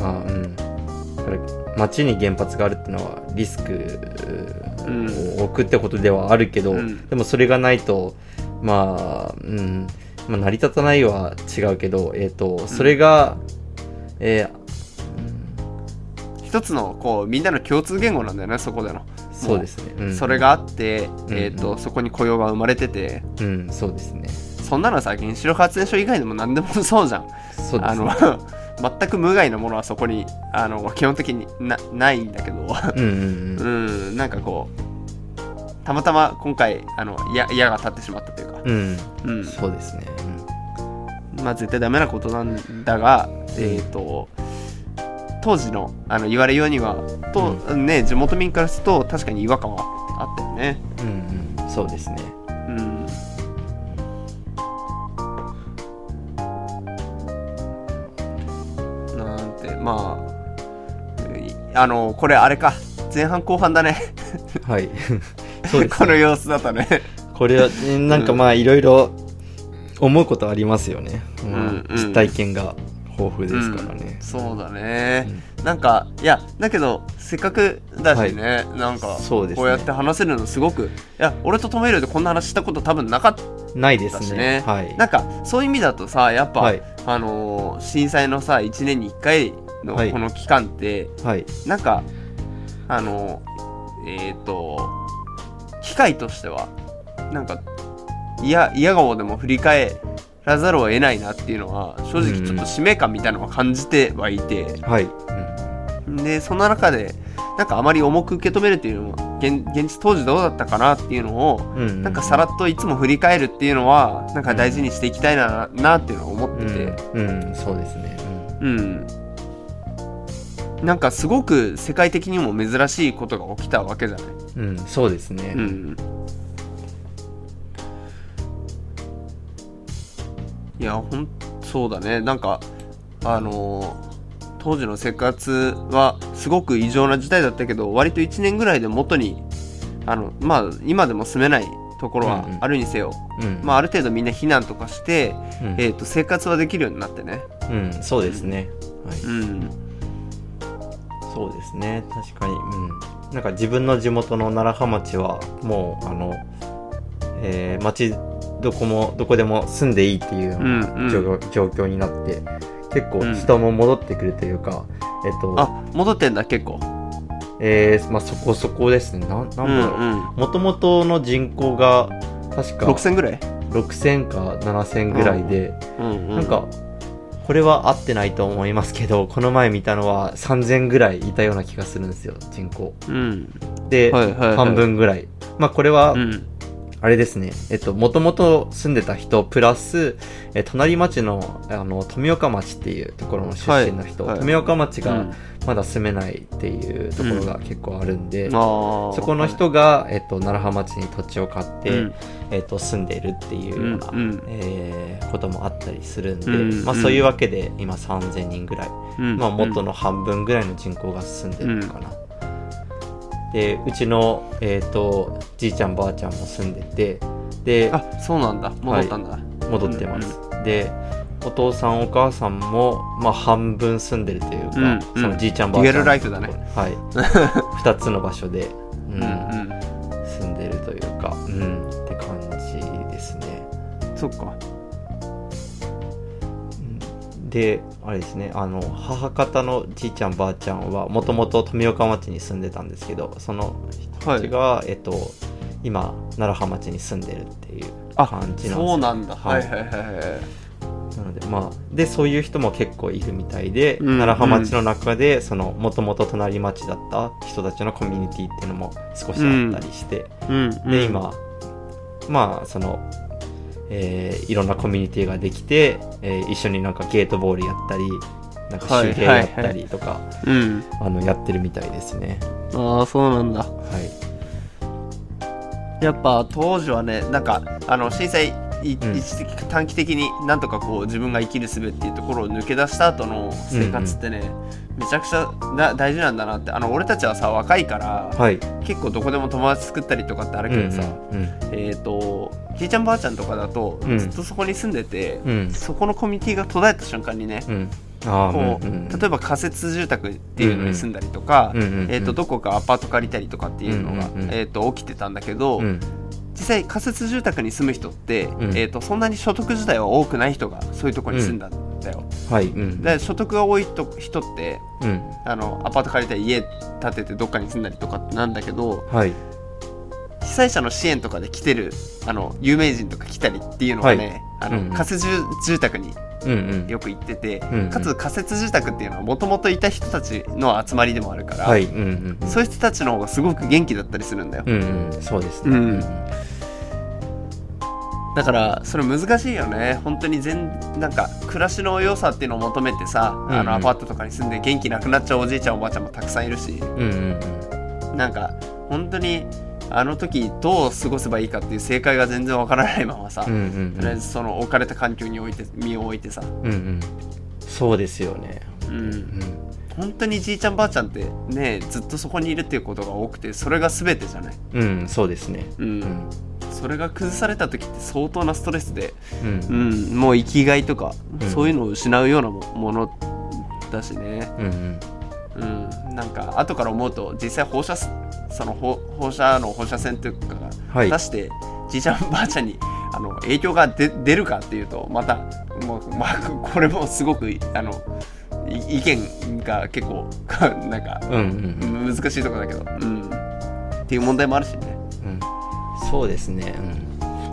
Speaker 2: まあうんこれ町に原発があるってのはリスクを置くってことではあるけど、
Speaker 1: うん
Speaker 2: でもそれがないとまあ、うんまあ、成り立たないは違うけど、えー、とそれが、えー
Speaker 1: 一つのこうみんなの共通言語なんだよねそこでの、
Speaker 2: そうですね、うん
Speaker 1: それ、があって、
Speaker 2: うん
Speaker 1: えーと
Speaker 2: うん
Speaker 1: そこに雇用が生まれてて
Speaker 2: うん、そうですね
Speaker 1: そんなのさ原子力発電所以外でも何でもそうじゃん、
Speaker 2: そうで
Speaker 1: あ
Speaker 2: す
Speaker 1: の
Speaker 2: ね
Speaker 1: 全く無害なものはそこにあの基本的になないんだけど
Speaker 2: うんうん う
Speaker 1: うんんなんかこうたまたま今回あの矢矢が立ってしまったというか、
Speaker 2: うん、
Speaker 1: うん
Speaker 2: そうですね、
Speaker 1: まあ、絶対ダメなことなんだが、えー、と当時のあの言われようにはと、ね、地元民からすると確かに違和感はあったよね。
Speaker 2: うん、うんうんそうですね
Speaker 1: うんなんてまあいあのこれあれか前半後半だね
Speaker 2: はい そうです
Speaker 1: この様子だったね、
Speaker 2: これはねなんかまあいろいろ思うことありますよね、まあ
Speaker 1: うんうん
Speaker 2: 実体験が豊富ですからね、
Speaker 1: そうだね、なんかいやだけどせっかくだしね、なんか
Speaker 2: そうですね
Speaker 1: こうやって話せるのすごくいや俺とトメルでこんな話したこと多分なかっ
Speaker 2: うんないで
Speaker 1: た
Speaker 2: す
Speaker 1: し
Speaker 2: ね
Speaker 1: ね
Speaker 2: はい
Speaker 1: なんかそういう意味だとさやっぱ、
Speaker 2: はい
Speaker 1: あのー震災のさ1年に1回の
Speaker 2: はい
Speaker 1: この期間って、
Speaker 2: はい
Speaker 1: なんかあのーえっ、と機会としてはなんか嫌嫌顔でも振り返らざるを得ないなっていうのは正直ちょっと使命感みたいなのは感じてはいて。
Speaker 2: はい、
Speaker 1: でその中でなんかあまり重く受け止めるっていうのも現現地当時どうだったかなっていうのを
Speaker 2: うんうん
Speaker 1: なんかさらっといつも振り返るっていうのはなんか大事にしていきたいななっていうのは思ってて
Speaker 2: うん、うんそうですね、
Speaker 1: うん、なんかすごく世界的にも珍しいことが起きたわけじゃない、
Speaker 2: うんうん、そうですね、
Speaker 1: うん、いやほんそうだねなんかあのー当時の生活はすごく異常な時代だったけど割と1年ぐらいで元にあのまあ今でも住めないところはあるにせよ、
Speaker 2: うん
Speaker 1: まあ、ある程度みんな避難とかして、
Speaker 2: うん
Speaker 1: えー、と生活はできるようになってね
Speaker 2: うん、そうですね、はい、
Speaker 1: うん
Speaker 2: そうですね確かに、うん、なんか自分の地元の楢葉町はもうあの、えー町どこもどこでも住んでいいっていうような
Speaker 1: うんうん
Speaker 2: 状況状況になって結
Speaker 1: う
Speaker 2: 構
Speaker 1: ん
Speaker 2: 人も戻ってくるというか、えっ
Speaker 1: あ
Speaker 2: と、
Speaker 1: 戻ってんだ結構
Speaker 2: えーまあ、そこそこですねなんなんだ
Speaker 1: う
Speaker 2: ろ
Speaker 1: んうん
Speaker 2: うもともとの人口が確か
Speaker 1: 6000ぐらい、
Speaker 2: 6000か7000ぐらいで、
Speaker 1: うんう
Speaker 2: なんかこれは合ってないと思いますけどこの前見たのは3000ぐらいいたような気がするんですよ人口
Speaker 1: うん
Speaker 2: で、
Speaker 1: はいはいはい
Speaker 2: 半分ぐらい。まあこれは
Speaker 1: う、ん
Speaker 2: あれですね、えっと、もともと住んでた人、プラス、えー隣町の、あの、富岡町っていうところの出身の人、
Speaker 1: はいはい
Speaker 2: 富岡町
Speaker 1: う
Speaker 2: が
Speaker 1: ん
Speaker 2: まだ住めないっていうところが結構あるん
Speaker 1: あ
Speaker 2: で、
Speaker 1: ー
Speaker 2: そこの人が、えっと、楢葉町に土地を買って、
Speaker 1: うん
Speaker 2: えっと、住んでいるっていうような、
Speaker 1: うん
Speaker 2: えーこともあったりするんで、
Speaker 1: うん
Speaker 2: まあ
Speaker 1: うん
Speaker 2: そういうわけで、今3000人ぐらい
Speaker 1: うん
Speaker 2: まあ、元の半分ぐらいの人口が進んでるかな。でうちの、えー、とじいちゃんばあちゃんも住んでてで
Speaker 1: あそうなんだ戻ったんだ、
Speaker 2: 戻ってます。でお父さんお母さんも、まあ、半分住んでるというか、
Speaker 1: うん
Speaker 2: そのじいちゃんばあちゃん
Speaker 1: リアルライフだね
Speaker 2: はい、2 つの場所で、う
Speaker 1: うん
Speaker 2: ん住んでるというか、うん、って感じですね。
Speaker 1: うんそっか
Speaker 2: であれですねあの母方のじいちゃんばあちゃんはもともと富岡町に住んでたんですけどその人たちが、えっと今楢葉町に住んでるっていう
Speaker 1: あ
Speaker 2: 感じなんですよ
Speaker 1: そうなんだ
Speaker 2: は
Speaker 1: はいいはいはいはい
Speaker 2: なのでまあでそういう人も結構いるみたいで、
Speaker 1: うん
Speaker 2: 楢葉町の中でそのもともと隣町だった人たちのコミュニティっていうのも少しあったりして、
Speaker 1: うん
Speaker 2: で今まあそのえーいろんなコミュニティができて、えー一緒になんかゲートボールやったりなんか手芸
Speaker 1: はい
Speaker 2: やったりとか、
Speaker 1: うん
Speaker 2: あのやってるみたいですね
Speaker 1: ああそうなんだ
Speaker 2: はい
Speaker 1: やっぱ当時はねなんかあの震災い
Speaker 2: うん
Speaker 1: 一時的短期的になんとかこう自分が生きる術っていうところを抜け出した後の生活ってね、めちゃくちゃだ大事なんだなってあの俺たちはさ若いから、
Speaker 2: はい
Speaker 1: 結構どこでも友達作ったりとかってある
Speaker 2: う
Speaker 1: け
Speaker 2: んう
Speaker 1: どさ、
Speaker 2: んうん
Speaker 1: えっ、とじいちゃんばあちゃんとかだと、
Speaker 2: うん
Speaker 1: ずっとそこに住んでて、
Speaker 2: うん
Speaker 1: そこのコミュニティが途絶えた瞬間にね、
Speaker 2: うんあ
Speaker 1: こ
Speaker 2: ー
Speaker 1: う
Speaker 2: うんうん
Speaker 1: 例えば仮設住宅っていうのに住んだりとか、
Speaker 2: うんうんうん
Speaker 1: えー、とどこかアパート借りたりとかっていうのが、
Speaker 2: うんうんうん
Speaker 1: えー、と起きてたんだけど、
Speaker 2: うん
Speaker 1: 実際仮設住宅に住む人って、
Speaker 2: うん
Speaker 1: えー、とそんなに所得自体は多くない人がそういうとこに住んだんだよ。
Speaker 2: はいうん
Speaker 1: で所得が多いと人って
Speaker 2: うん
Speaker 1: あのアパート借りたり家建ててどっかに住んだりとかってなんだけど
Speaker 2: はい
Speaker 1: 被災者の支援とかで来てるあの有名人とか来たりっていうのはね、あの
Speaker 2: うんうん
Speaker 1: 仮設住住宅に
Speaker 2: うんうん
Speaker 1: よく行ってて、
Speaker 2: んうん
Speaker 1: かつ仮設住宅っていうのはもともといた人たちの集まりでもあるから、
Speaker 2: はいうんうん
Speaker 1: そういう人たちの方がすごく元気だったりするんだよ、
Speaker 2: うんうんそうですね
Speaker 1: うん
Speaker 2: うん
Speaker 1: だからそれ難しいよね本当に全なんか暮らしの良さっていうのを求めてさ、
Speaker 2: うん
Speaker 1: あのアパートとかに住んで元気なくなっちゃうおじいちゃんおばあちゃんもたくさんいるし
Speaker 2: うんうん
Speaker 1: なんか本当にあの時どう過ごせばいいかっていう正解が全然わからないままさ、
Speaker 2: うんうんうん
Speaker 1: とりあえずその置かれた環境に置いて身を置いてさ、
Speaker 2: うんうんそうですよね
Speaker 1: うん、
Speaker 2: うん
Speaker 1: 本当にじいちゃんばあちゃんってねずっとそこにいるっていうことが多くてそれが全てじゃない、
Speaker 2: うんそうですね
Speaker 1: う、
Speaker 2: うんん
Speaker 1: それが崩された時って相当なストレスで、
Speaker 2: うん
Speaker 1: うん、もう生きがいとか、
Speaker 2: うん
Speaker 1: そういうのを失うようなもものだしね、
Speaker 2: うんうん
Speaker 1: うん、なんか後から思うと実際放射すその放放射の放射線というかが
Speaker 2: はい
Speaker 1: 果たしてじいちゃんばあちゃんにあの影響が出出るかっていうとまたもう、まあ、これもすごくあのい意見が結構 なんか
Speaker 2: うんうん
Speaker 1: 難しいところだけど、うん、っていう問題もあるしね。
Speaker 2: うんそうですね、うん、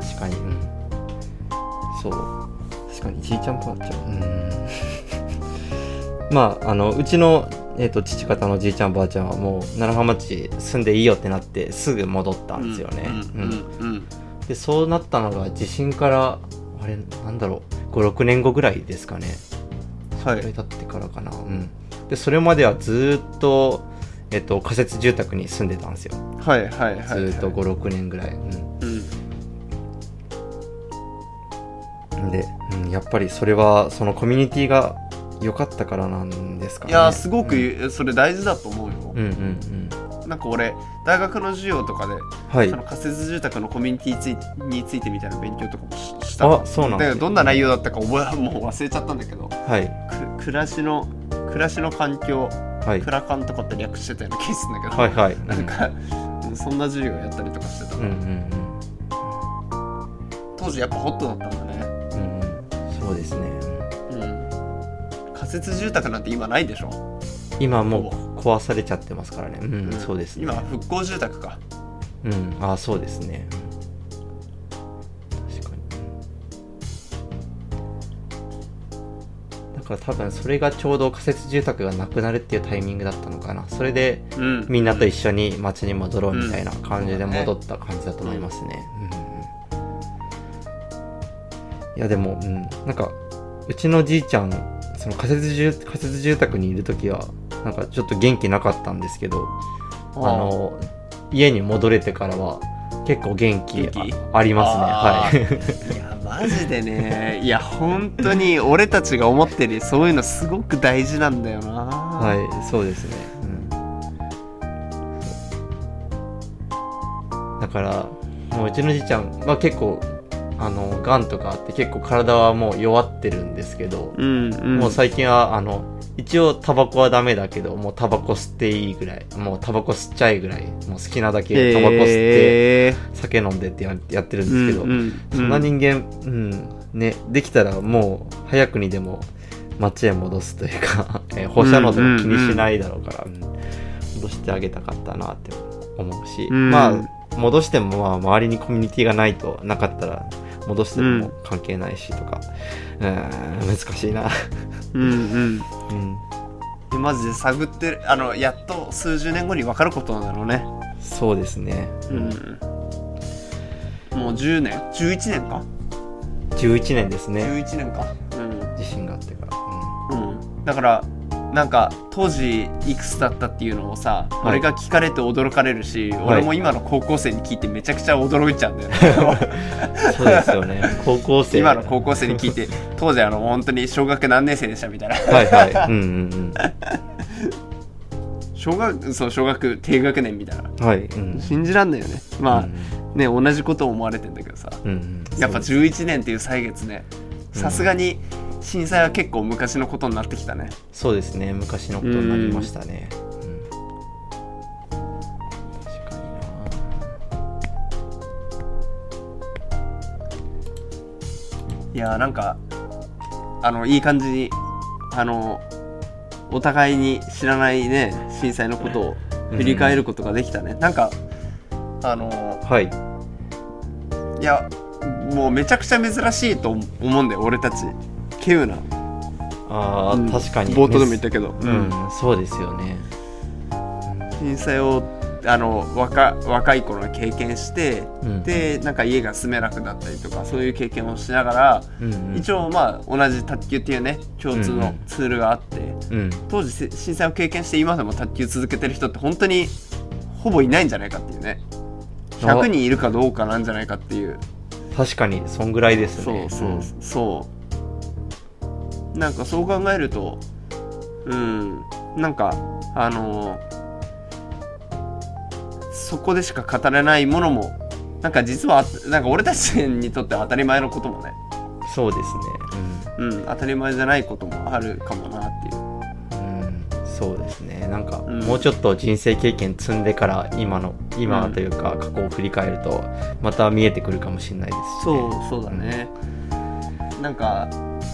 Speaker 2: 確かに、うん、そう確かにじいちゃんばあちゃん、うん、まああのうちの、えー、と父方のじいちゃんばあちゃんはもう楢葉町住んでいいよってなってすぐ戻ったんですよね、
Speaker 1: うんうんうん
Speaker 2: でそうなったのが地震からあれなんだろう56年後ぐらいですかね
Speaker 1: は
Speaker 2: それ
Speaker 1: い、
Speaker 2: 経ってからかな、うん、でそれまではずーっと,、えー、と仮設住宅に住んでたんですよ
Speaker 1: はいはいはい
Speaker 2: ず
Speaker 1: はい
Speaker 2: ーっと56年ぐらい、うん
Speaker 1: うん
Speaker 2: で、うん、やっぱりそれはそのコミュニティが良かったからなんですか
Speaker 1: い
Speaker 2: ね
Speaker 1: やーすごくそれ大事だと思うよ
Speaker 2: う、んうんうん
Speaker 1: なんか俺大学の授業とかで、
Speaker 2: はい
Speaker 1: その仮設住宅のコミュニティについについてみたいな勉強とかもしした
Speaker 2: あそうなん
Speaker 1: だ
Speaker 2: で
Speaker 1: け
Speaker 2: す
Speaker 1: どどんな内容だったか覚えもう忘れちゃったんだけど
Speaker 2: はい
Speaker 1: く暮らしの暮らしの環境
Speaker 2: はい
Speaker 1: クラカンとかって略してたようなケースだけど、
Speaker 2: はいはい
Speaker 1: なんか、うんそんな授業やったりとかしてた、
Speaker 2: うんうん
Speaker 1: 当時やっぱホットだったんだね
Speaker 2: うんうんうんそうですね
Speaker 1: うん仮設住宅なんて今ないでしょ、
Speaker 2: 今もう壊されちゃってますからねうん、そうですね
Speaker 1: 今は復興住宅か
Speaker 2: うんあそうですねうん確かにだから多分それがちょうど仮設住宅がなくなるっていうタイミングだったのかなそれで
Speaker 1: うん
Speaker 2: みんなと一
Speaker 1: 緒、
Speaker 2: 緒に街に戻ろうみたいな感じで
Speaker 1: うん
Speaker 2: 戻った感じだと思いますね。うんうんいやでも、うん、なんかうちのじいちゃんその仮設住仮設住宅にいる時はなんかちょっと元気なかったんですけどあ
Speaker 1: あの
Speaker 2: の家に戻れてからは結構元気
Speaker 1: 元
Speaker 2: あ
Speaker 1: 気
Speaker 2: ありますね。はい
Speaker 1: やマジでねいや本当に俺たちが思ってるよりそういうのすごく大事なんだよな、
Speaker 2: い、 はい、そうですね。うん、だからもううちのじいちゃんは結構あの癌とかあって結構体はもう弱ってるんですけど、
Speaker 1: うんうん
Speaker 2: もう最近はあの一応タバコはダメだけどもうタバコ吸っていいぐらいもうタバコ吸っちゃいぐらいもう好きなだけタバコ吸って
Speaker 1: へー
Speaker 2: 酒飲んでってややってるんですけど、
Speaker 1: うんうん
Speaker 2: そんな人間、うん、ね、できたらもう早くにでも街へ戻すという か、えー放射能とか気にしないだろうから、うん戻してあげたかったなって思うし、
Speaker 1: うん
Speaker 2: まあ、戻しても、まあ、周りにコミュニティがないと、なかったら、戻しても関係ないしとか、うーん、難しいな。
Speaker 1: うんうん
Speaker 2: うん、
Speaker 1: いやマジで探ってるあのやっと数十年後に分かることなんだろうね
Speaker 2: そうですね。
Speaker 1: うんもう10年11年か
Speaker 2: 11年ですね、
Speaker 1: 11年か
Speaker 2: 地震があってから。
Speaker 1: うん、うん、だからなんか当時いくつだったっていうのをさ、
Speaker 2: い
Speaker 1: 俺が聞かれて驚かれるし、
Speaker 2: はい
Speaker 1: 俺も今の高校生に聞いてめちゃくちゃ驚いちゃうん だよ、ね、
Speaker 2: うんそうですよ ね。高校生。
Speaker 1: 今の高校生に聞いて当時あの本当に小学何年生でしたみたいな
Speaker 2: はいはい。うんうんうん。
Speaker 1: 小学 そう小学低学年みたいな
Speaker 2: はい。うん。
Speaker 1: 信じらんないよねまあ、
Speaker 2: うん
Speaker 1: ね同じことを思われてんだけどさ
Speaker 2: うん。
Speaker 1: やっぱ11年っていう歳月ねさすがに震災は結構昔のことになってきたね
Speaker 2: そうですね。昔のことになりましたね。うん確かに
Speaker 1: いやーなんかあのいい感じにあのお互いに知らないね震災のことを振り返ることができたね、なんかあの
Speaker 2: なはい。
Speaker 1: いやもうめちゃくちゃ珍しいと思うんだよ俺たち稀有な
Speaker 2: ああ、
Speaker 1: うん
Speaker 2: 確かに。
Speaker 1: 冒頭でも言ったけど、
Speaker 2: う
Speaker 1: うん
Speaker 2: ん、そうですよね。
Speaker 1: 震災をあの若若い頃に経験して
Speaker 2: うん、
Speaker 1: でなんか家が住めなくなったりとかそういう経験をしながら、
Speaker 2: うんうん、
Speaker 1: 一応まあ同じ卓球っていうね共通のツールがあって、
Speaker 2: うん、
Speaker 1: 当時せ震災を経験して今でも卓球続けてる人って本当にほぼいないんじゃないかっていうね100人いるかどうかなんじゃないかっていう
Speaker 2: 確かにそんぐらいです
Speaker 1: そ
Speaker 2: ね。
Speaker 1: うそうそうなんかそう考えるとうんなんかあのーそこでしか語れないものもなんか実はあなんか俺たちにとっては当たり前のこともね、
Speaker 2: うんそうですね。
Speaker 1: うん、当たり前じゃないこともあるかもなっていう
Speaker 2: うん、うんそうですね。なんか、
Speaker 1: うん
Speaker 2: もうちょっと人生経験積んでから今の今
Speaker 1: うん
Speaker 2: というか過去を振り返るとまた見えてくるかもしれないですし、ね。
Speaker 1: そうそうだね、なんか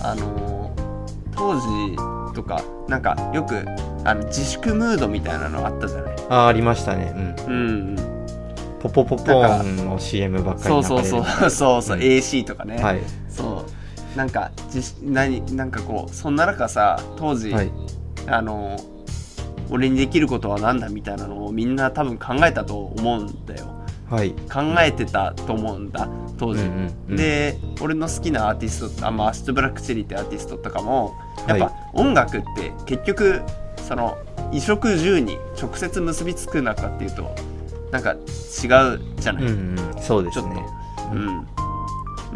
Speaker 1: あのー当時とかなんかよくあの自粛ムードみたいなのあったじゃない、
Speaker 2: あーありましたね。うん。
Speaker 1: うん、
Speaker 2: ポポポポーンの CM ばっかり
Speaker 1: そう
Speaker 2: 流れ
Speaker 1: そう
Speaker 2: る
Speaker 1: そうそうそう、
Speaker 2: うん
Speaker 1: AC とかね、
Speaker 2: はい
Speaker 1: そうなんか自何なんかこうそんな中さ当時、
Speaker 2: はい。
Speaker 1: あの俺にできることは何だみたいなのをみんな多分考えたと思うんだよ
Speaker 2: はい。
Speaker 1: 考えてたと思うんだ当時、
Speaker 2: うんうん
Speaker 1: で俺の好きなアーティストあ、まあ、アシュトブラックチェリーってアーティストとかもやっ
Speaker 2: は
Speaker 1: ぱ音楽って結局その衣食住に直接結びつくのかっていうとなんか違うじゃない、
Speaker 2: うんうん、そうで
Speaker 1: ち
Speaker 2: す
Speaker 1: ょ
Speaker 2: ね。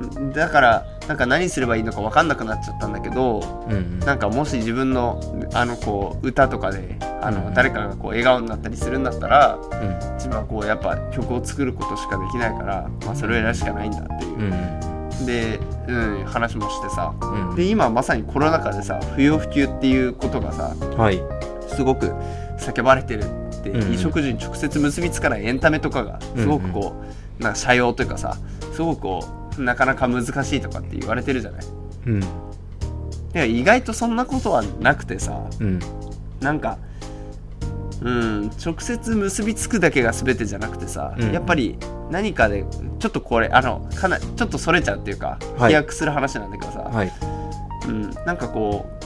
Speaker 1: うん、だからなんか何すればいいのか分かんなくなっちゃったんだけど
Speaker 2: うんうん
Speaker 1: なんかもし自分のあのこう歌とかであ
Speaker 2: う
Speaker 1: の
Speaker 2: ん
Speaker 1: 誰かがこう笑顔になったりするんだったら
Speaker 2: うん
Speaker 1: 自分はこうやっぱ曲を作ることしかできないから、まあ、それをやるしかないんだって
Speaker 2: う
Speaker 1: い
Speaker 2: ん
Speaker 1: う、で、うん、話もしてさ
Speaker 2: うん
Speaker 1: で今まさにコロナ禍でさ不要不急っていうことがさ
Speaker 2: うんはい。
Speaker 1: すごく叫ばれてるって、
Speaker 2: うん
Speaker 1: 衣食住に直接結びつかないエンタメとかがすごくこう、なんか社用というかさすごくこうなかなか難しいとかって言われてるじゃない。
Speaker 2: うん
Speaker 1: で意外とそんなことはなくてさ
Speaker 2: うん
Speaker 1: なんかうん直接結びつくだけが全てじゃなくてさ、
Speaker 2: うん
Speaker 1: やっぱり何かでちょっとこれあのかなちょっとそれちゃうっていうか
Speaker 2: はい
Speaker 1: 飛躍する話なんだけどさ、
Speaker 2: はい。
Speaker 1: うん、なんかこう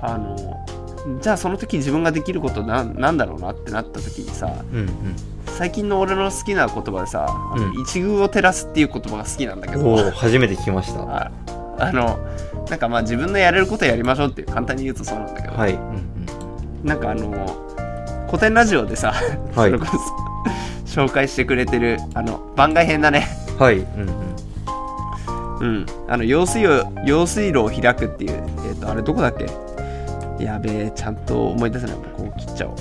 Speaker 1: あのじゃあその時自分ができることななんだろうなってなった時にさ
Speaker 2: うんうん
Speaker 1: 最近の俺の好きな言葉でさ「あの
Speaker 2: うん
Speaker 1: 一遇を照らす」っていう言葉が好きなんだけ
Speaker 2: おお
Speaker 1: ど
Speaker 2: 初めて聞きました。は
Speaker 1: ああのなんかまあ自分のやれることやりましょうっていう簡単に言うとそうなんだけど、
Speaker 2: い。うん
Speaker 1: なんかあの古典ラジオでさ、
Speaker 2: うんは
Speaker 1: そ
Speaker 2: い
Speaker 1: れこそ 紹介してくれてるあの番外編だね、
Speaker 2: はい。うんうん
Speaker 1: うん、あの用水を用水路を開くっていう、えー、とあれどこだっけやべえちゃんと思い出せないこう切っちゃおう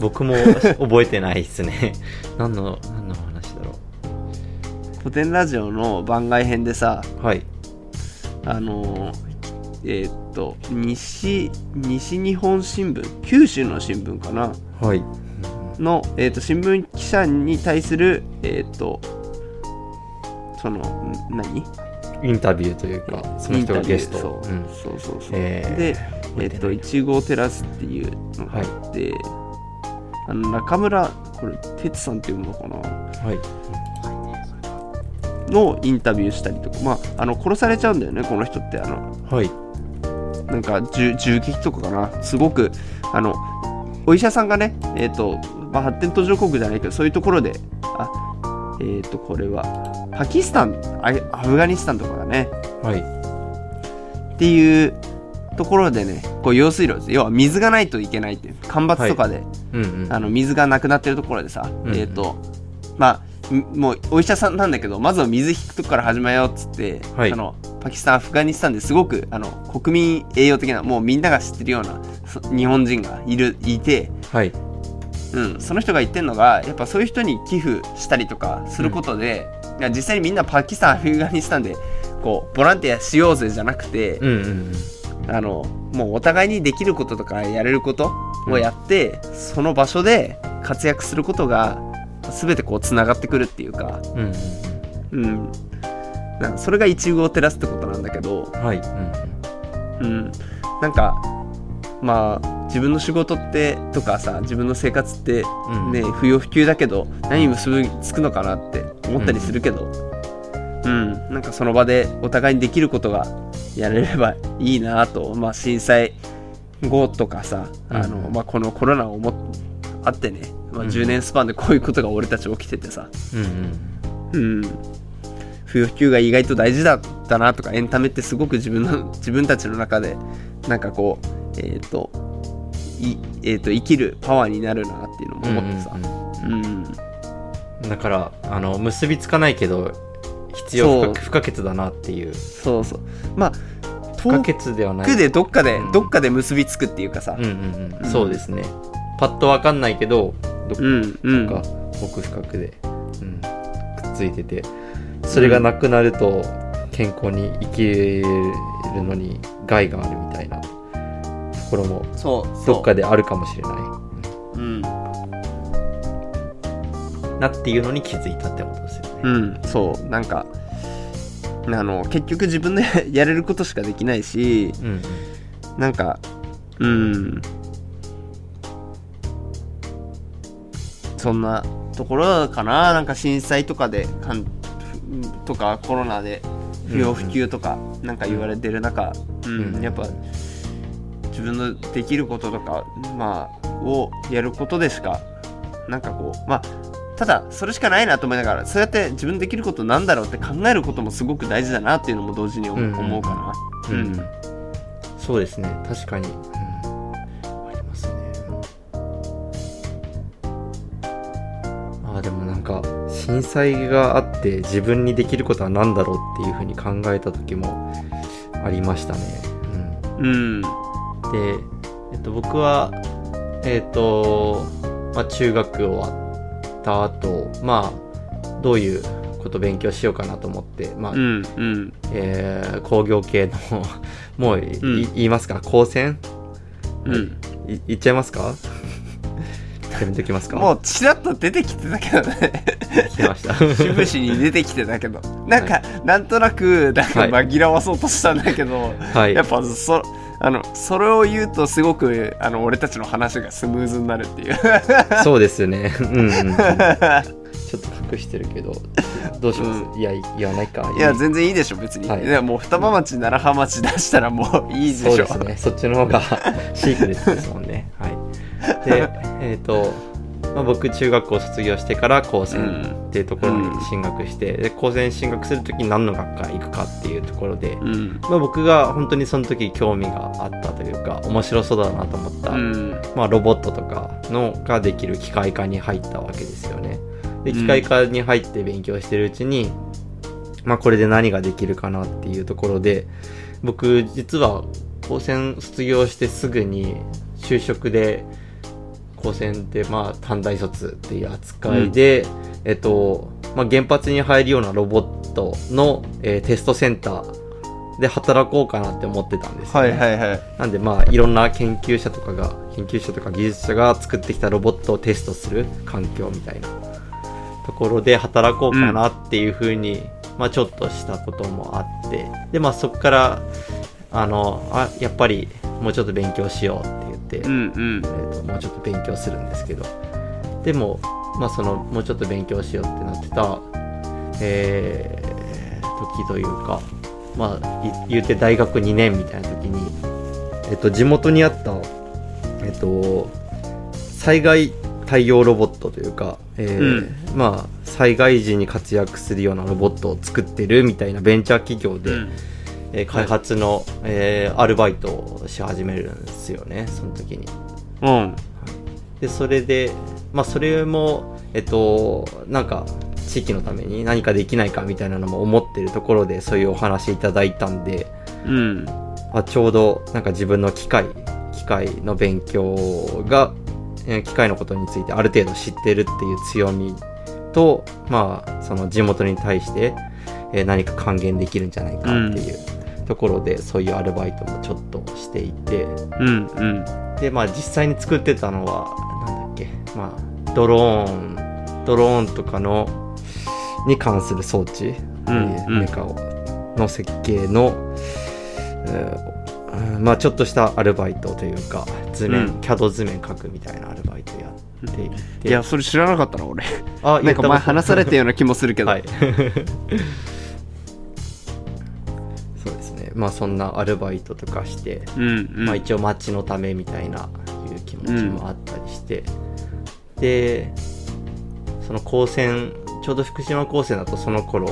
Speaker 2: 僕も覚えてないですね。 何の何の話だろ
Speaker 1: 古典ラジオの番外編でさ
Speaker 2: う。はい。
Speaker 1: あのーえーっと西西日本新聞九州の新聞かな
Speaker 2: はい。
Speaker 1: の、えーっと新聞記者に対するえーっとそのん何
Speaker 2: インタビューというかその人がゲスト。
Speaker 1: インタビュ
Speaker 2: うん
Speaker 1: ーそう,、そうそうそう
Speaker 2: えー
Speaker 1: で
Speaker 2: 覚
Speaker 1: え
Speaker 2: え
Speaker 1: ー
Speaker 2: て
Speaker 1: っ
Speaker 2: な
Speaker 1: と「
Speaker 2: い
Speaker 1: いちごテラス」っていうのがあって、あの中村これ哲さんっていうのかな
Speaker 2: はい。
Speaker 1: のインタビューしたりとか、まあ、あの殺されちゃうんだよねこの人ってあの
Speaker 2: はい。
Speaker 1: なんか銃銃撃とかかなすごくあのお医者さんがね、えーとまあ、発展途上国じゃないけどそういうところであえっ、とこれはパキスタンあアフガニスタンとかだね
Speaker 2: はい。
Speaker 1: っていうところでねこう用水路要は水がないといけないっていう干ばつとかで、
Speaker 2: うんうん。
Speaker 1: あの水がなくなってるところでさ、
Speaker 2: うん
Speaker 1: えっ、とまあんもうお医者さんなんだけどまずは水引くとこから始めようっつって、
Speaker 2: はい
Speaker 1: そのパキスタンアフガニスタンですごくあの国民栄養的なもうみんなが知ってるようなそ日本人がいるいて、
Speaker 2: はい。
Speaker 1: うん、その人が言ってるのがやっぱそういう人に寄付したりとかすることで、いや実際にみんなパキスタンアフガニスタンでこうボランティアしようぜじゃなくて、
Speaker 2: うんうん
Speaker 1: あのもうお互いにできることとかやれることをやって、その場所で活躍することが全てこうつながってくるっていうか、
Speaker 2: うん。うんうん
Speaker 1: うん、なんかそれが一遇を照らすってことなんだけど、
Speaker 2: うん。はい。うん
Speaker 1: うん、なんかまあ自分の仕事ってとかさ自分の生活って
Speaker 2: うん。うん
Speaker 1: ね、不要不急だけど何に結びつくのかなって思ったりするけど、うんなんかその場でお互いにできることがやれればいいなと、まあ、震災後とかさあの、
Speaker 2: うん
Speaker 1: まあ、このコロナをもっあってね、まあ、
Speaker 2: うん
Speaker 1: 10年スパンでこういうことが俺たち起きててさ、
Speaker 2: うんうん。
Speaker 1: うん、不要不急が意外と大事だったなとかエンタメってすごく自分の自分たちの中でなんかこうえっ、といえー、と生きるパワーになるなっていうのも思ってさ、
Speaker 2: うんうん
Speaker 1: うん、
Speaker 2: うんだからあの結びつかないけど必要不可
Speaker 1: そう
Speaker 2: 不可欠だなっていう
Speaker 1: そうそうまあ
Speaker 2: 不可
Speaker 1: 遠
Speaker 2: 欠ではない
Speaker 1: くでどっかで、
Speaker 2: うん
Speaker 1: どっかで結びつくっていうかさ
Speaker 2: うんうん
Speaker 1: う
Speaker 2: うんんそうですねパッとわかんないけどどっ
Speaker 1: うんうん
Speaker 2: か奥深くで、うん、くっついててそれがなくなると健康に生きるのに害があるみたいなところも
Speaker 1: そうそう
Speaker 2: どっかであるかもしれな
Speaker 1: うん、
Speaker 2: いなっていうのに気づいたってことですよね。
Speaker 1: うん、そうなんかあの結局自分で やれることしかできないし
Speaker 2: うんうん
Speaker 1: なんかうんそんなところかななんか震災とかでかんとかコロナで不要不急とかなんか言われてる中、うん
Speaker 2: うん
Speaker 1: やっぱ自分のできることとか、まあ、をやることでしかなんかこうまあただそれしかないなと思いながらそうやって自分できることなんだろうって考えることもすごく大事だなっていうのも同時に思,、
Speaker 2: うんうん
Speaker 1: 思うか
Speaker 2: う
Speaker 1: な。
Speaker 2: ん、そうですね確かに、うん、ありますねあーでもなんか震災があって自分にできることは何だろうっていうふうに考えた時もありましたね、
Speaker 1: うん、
Speaker 2: うん、で、えっと、僕はえっと、まあ、中学終わった後まあどういうこと勉強しようかなと思って、まあ、
Speaker 1: うん、うん、
Speaker 2: えー工業系の もうい、
Speaker 1: うん
Speaker 2: い言いますか高専
Speaker 1: うん、
Speaker 2: い言っちゃいますか やめときますか
Speaker 1: も
Speaker 2: う
Speaker 1: うちらっと出てきてたけど ね
Speaker 2: 聞きました
Speaker 1: 節々に出てきてたけどなんか、なんとなくなんか
Speaker 2: はい
Speaker 1: 紛らわそうとしたんだけど、
Speaker 2: はい
Speaker 1: やっぱそあのそれを言うとすごくあの俺たちの話がスムーズになるっていう
Speaker 2: そうですよねう んうん、うん、ちょっと隠してるけどどうします、いや言わないか
Speaker 1: いや全然いいでしょ別に、
Speaker 2: はい
Speaker 1: い、やもう双葉町楢葉町出したらもういいで
Speaker 2: そう
Speaker 1: し
Speaker 2: で
Speaker 1: ょ
Speaker 2: すねそっちの方が シークレットですもんねはい でえっ、と、まあ、僕中学校卒業してから高専っていうところに進学して、で高専進学する時に何の学科行くかっていうところで、
Speaker 1: うん
Speaker 2: まあ、僕が本当にその時興味があったというか面白そうだなと思った、
Speaker 1: うん
Speaker 2: まあ、ロボットとかのができる機械化に入ったわけですよね。で
Speaker 1: うん
Speaker 2: 機械化に入って勉強してるうちに、まあ、これで何ができるかなっていうところで僕実は高専卒業してすぐに就職で高専でまあ短大卒っていう扱いで、えっとまあ、原発に入るようなロボットの、えーテストセンターで働こうかなって思ってたんですよ、
Speaker 1: は
Speaker 2: ね。
Speaker 1: いはいはい
Speaker 2: なんでまあいろんな研究者とかが研究者とか技術者が作ってきたロボットをテストする環境みたいなところで働こうかなっていうふうに、まあちょっとしたこともあってでまあそこからあのあやっぱりもうちょっと勉強しようって言って、
Speaker 1: うんうん
Speaker 2: えーともうちょっと勉強するんですけどでも、まあ、そのもうちょっと勉強しようってなってた、えー時というか、まあ、い言うて大学2年みたいな時に、えっと地元にあった、えっと災害対応ロボットというか、えーまあ、災害時に活躍するようなロボットを作ってるみたいなベンチャー企業で。
Speaker 1: うん
Speaker 2: えー開発の、えーアルバイトをし始めるんですよねその時に
Speaker 1: うん
Speaker 2: でそれでまあそれもえっとなんか地域のために何かできないかみたいなのも思ってるところでそういうお話いただいたんで、
Speaker 1: うん。
Speaker 2: あ、ちょうどなんか自分の機械機械の勉強がえー機械のことについてある程度知ってるっていう強みとまあその地元に対してえー何か還元できるんじゃないかっていうところで、そういうアルバイトもちょっとしていて
Speaker 1: うん。うん。
Speaker 2: でまあ実際に作ってたのはなんだっけまあドローンドローンとかのに関する装置
Speaker 1: うんうん
Speaker 2: メカをの設計の、うんうんまあちょっとしたアルバイトというか図面、
Speaker 1: うん
Speaker 2: CAD 図面書くみたいなアルバイトやっていて
Speaker 1: いや、それ知らなかったな、俺。
Speaker 2: あ
Speaker 1: なんか前話された
Speaker 2: よ
Speaker 1: ような気もするけど。
Speaker 2: はい そうですねまあそんなアルバイトとかして、
Speaker 1: うん、うん。
Speaker 2: まあ、一応町のためみたいないう気持ちもあったりして、でその高専ちょうど福島高専だとその頃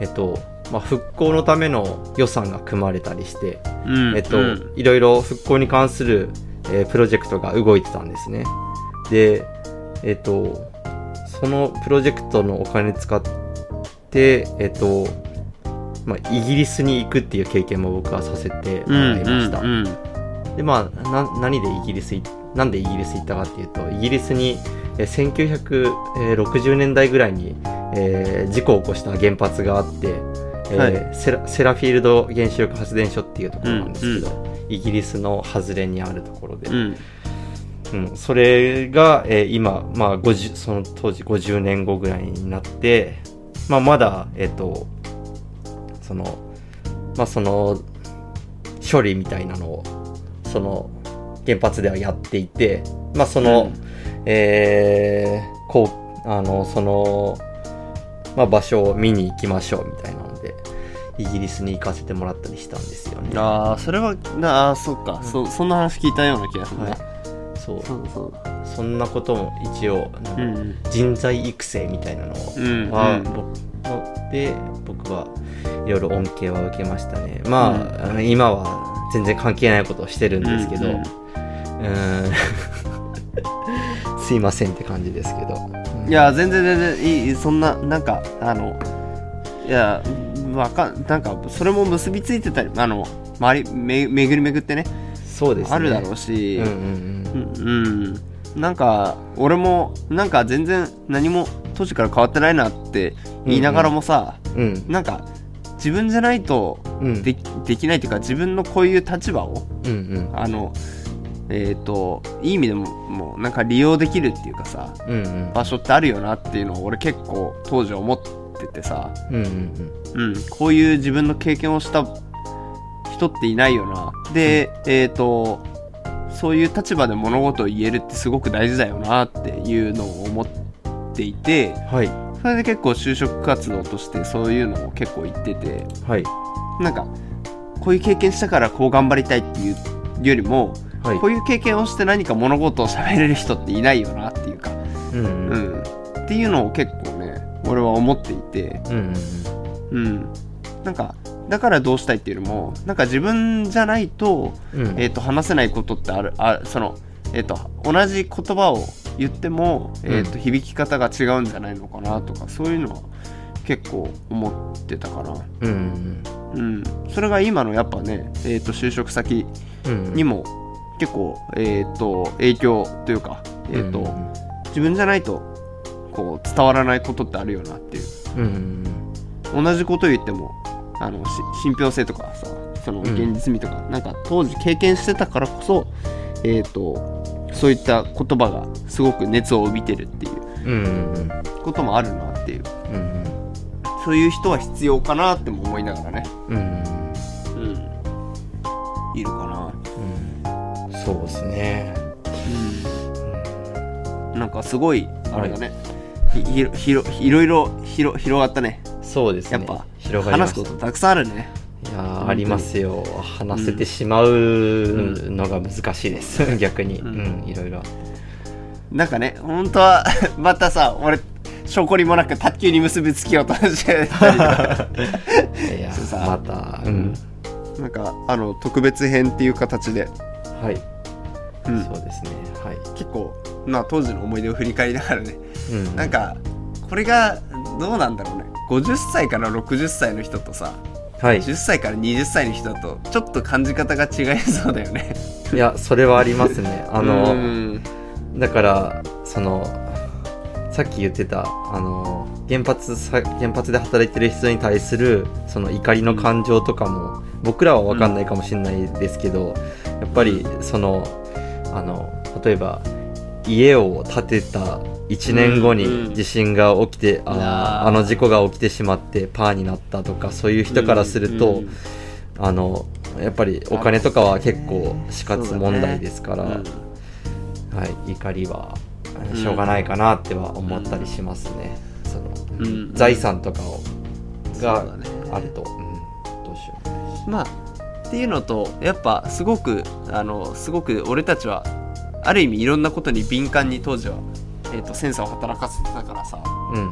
Speaker 2: えっとまあ、復興のための予算が組まれたりして、
Speaker 1: うん、
Speaker 2: えっと
Speaker 1: うん
Speaker 2: いろいろ復興に関する、えープロジェクトが動いてたんですね。で、えっとそのプロジェクトのお金使って、えっとまあ、イギリスに行くっていう経験も僕はさせてもらいました。
Speaker 1: うん
Speaker 2: でまあな何でイギリスいなんでイギリス行ったかっていうとイギリスにえー1960年代ぐらいに、えー事故を起こした原発があって、えー
Speaker 1: は
Speaker 2: セラセラフィールド原子力発電所っていうところなんですけど、イギリスの外れにあるところで、
Speaker 1: うんうん
Speaker 2: うん、それが、えー今、まあ、50その当時50年後ぐらいになって、まあ、まだ、えっとそのまあ、その処理みたいなのをその原発ではやっていて、まあ、その、
Speaker 1: うん
Speaker 2: えーこうあのその、まあ、場所を見に行きましょうみたいなのでイギリスに行かせてもらったりしたんですよね。
Speaker 1: ああそれはなあーそうか、
Speaker 2: ん
Speaker 1: そそんな話聞いたような気がするね、
Speaker 2: はい、そう
Speaker 1: そうそうだ
Speaker 2: そんなことも一応
Speaker 1: う
Speaker 2: なんか
Speaker 1: んうん
Speaker 2: 人材育成みたいなのを
Speaker 1: うん
Speaker 2: は、
Speaker 1: うん
Speaker 2: 僕ので僕はいろいろ恩恵は受けましたねまあ,、あの今は全然関係ないことをしてるんですけど、う
Speaker 1: うんうん
Speaker 2: ーんすいません って感じですけど、うん
Speaker 1: いや全然全然いいいいそんななんかあのいやわかんなんかそれも結びついてたりあの周りめ巡り巡ってね
Speaker 2: そうですね
Speaker 1: あるだろ
Speaker 2: う
Speaker 1: うし、
Speaker 2: んうんうん
Speaker 1: うん、うん、なんか俺もなんか全然何も当時から変わってないなって言いながらもさ、
Speaker 2: うん
Speaker 1: なんか自分じゃないと
Speaker 2: うん
Speaker 1: できできないというか自分のこういう立場を
Speaker 2: うんうん
Speaker 1: あのえっ、といい意味でももうなんか利用できるっていうかさ
Speaker 2: うんうん
Speaker 1: 場所ってあるよなっていうのを俺結構当時思っててさ、
Speaker 2: うんうん
Speaker 1: うん、こういう自分の経験をした人っていないよなで、えっ、とそういう立場で物事を言えるってすごく大事だよなっていうのを思っていて
Speaker 2: はい
Speaker 1: それで結構就職活動としてそういうのを結構言ってて
Speaker 2: はい
Speaker 1: なんかこういう経験したからこう頑張りたいっていうよりも、
Speaker 2: はい
Speaker 1: こういう経験をして何か物事を喋れる人っていないよなっていうか、
Speaker 2: うんう
Speaker 1: うんん、っていうのを結構ね俺は思っていて、
Speaker 2: うんうん
Speaker 1: うん、なんかだからどうしたいっていうよりもなんか自分じゃないと,、
Speaker 2: うんうん
Speaker 1: えー、と話せないことってあるあその、えー、と同じ言葉を言っても、
Speaker 2: うん
Speaker 1: えー、と響き方が違うんじゃないのかなとかそういうのは結構思ってたかな。
Speaker 2: うんうん
Speaker 1: うん、それが今のやっぱね、えー、と就職先
Speaker 2: うんうん
Speaker 1: にも結構、えー、と影響というか、えーと自分じゃないとこう伝わらないことってあるよなっていう
Speaker 2: うんうん
Speaker 1: 同じこと言ってもあのし信憑性とかさその
Speaker 2: うん
Speaker 1: 現実味とか、なんか当時経験してたからこそ、えー、とそういった言葉がすごく熱を帯びてるっていう
Speaker 2: うんうんうん
Speaker 1: こともあるなっていう
Speaker 2: うん
Speaker 1: そういう人は必要かなっても思いながらね、
Speaker 2: うんうん
Speaker 1: うん、いるかな。
Speaker 2: うんそうですね。
Speaker 1: なんかすごいあれだね、ひひろひろいろいろ広広がったね
Speaker 2: そうです
Speaker 1: や
Speaker 2: ね。
Speaker 1: っぱ
Speaker 2: 広がりま
Speaker 1: 話すこ
Speaker 2: した。
Speaker 1: とたくさんあるね
Speaker 2: いや
Speaker 1: 当
Speaker 2: ー
Speaker 1: に
Speaker 2: ありますよ。話せてしまうのが難しいです。逆に、
Speaker 1: うん
Speaker 2: うん、いろ いろ。
Speaker 1: なんかね本当は またさ俺証拠にもなく卓球に結びつきようとしてたりとか
Speaker 2: いや
Speaker 1: そうさ
Speaker 2: また、うん、
Speaker 1: なんかあの特別編っていう形で、
Speaker 2: はい、
Speaker 1: うん
Speaker 2: そうですね。はい、
Speaker 1: 結構、まあ、当時の思い出を振り返りながらね
Speaker 2: うん、
Speaker 1: なんかこれがどうなんだろうね50歳から60歳の人とさ
Speaker 2: はい
Speaker 1: 10歳から20歳の人だとちょっと感じ方が違いそうだよね
Speaker 2: いやそれはありますねあ
Speaker 1: う
Speaker 2: の
Speaker 1: ん
Speaker 2: だからそのさっき言ってたあの原発さ原発で働いてる人に対するその怒りの感情とかも僕らは分かんないかもしれないですけど、やっぱりそのあの例えば家を建てた1年後
Speaker 1: うんうん
Speaker 2: に地震が起きて、あ
Speaker 1: あー
Speaker 2: ーあの事故が起きてしまってパーになったとかそういう人からすると、
Speaker 1: うんうん
Speaker 2: あのやっぱりお金とかは結構死活問題ですから、
Speaker 1: うん
Speaker 2: はい、怒りはあの
Speaker 1: うん
Speaker 2: しょうがないかなっては思ったりしますね、その
Speaker 1: うん
Speaker 2: 財産とかを
Speaker 1: そうだ
Speaker 2: が
Speaker 1: ね
Speaker 2: あると、うんどうしよ
Speaker 1: まあっていうのとやっぱすごくあのすごく俺たちはある意味いろんなことに敏感に当時は、えー、とセンサーを働かせてたからさ、
Speaker 2: う、うん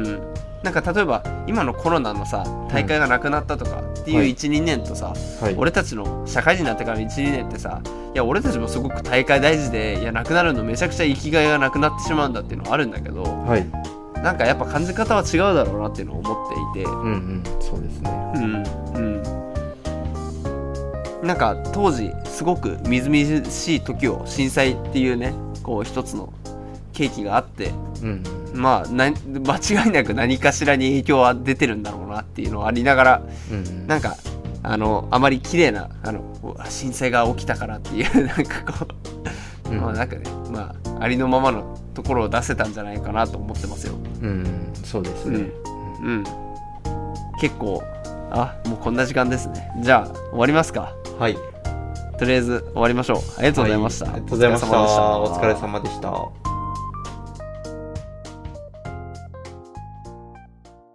Speaker 2: うん、
Speaker 1: うん、なんか例えば今のコロナのさ大会がなくなったとかっていう
Speaker 2: はい
Speaker 1: 12、年とさ
Speaker 2: はい
Speaker 1: 俺たちの社会人になってからの12年ってさいや俺たちもすごく大会大事でいやなくなるのめちゃくちゃ生きがいがなくなってしまうんだっていうのはあるんだけど
Speaker 2: はい
Speaker 1: なんかやっぱ感じ方は違うだろうなっていうのを思っていて。
Speaker 2: うんうんそうですね
Speaker 1: うんうん、なんか当時すごくみずみずしい時を震災っていうねこう一つの契機があって
Speaker 2: うん
Speaker 1: まあな間違いなく何かしらに影響は出てるんだろうなっていうのはありながら
Speaker 2: うんうん
Speaker 1: なんかあのあまり綺麗なあのうわ震災が起きたからっていうなんかこう、
Speaker 2: うん
Speaker 1: まあなんかねまあありのままのところを出せたんじゃないかなと思ってますよ。
Speaker 2: うんうんそうですね、う
Speaker 1: う
Speaker 2: ん
Speaker 1: ん、結構あもうこんな時間ですねじゃあ終わりますか
Speaker 2: はいあり
Speaker 1: とりあえず終わりましょうありがとうございました、
Speaker 2: ありがとうございました
Speaker 1: お疲れ様で
Speaker 2: お疲れ様でした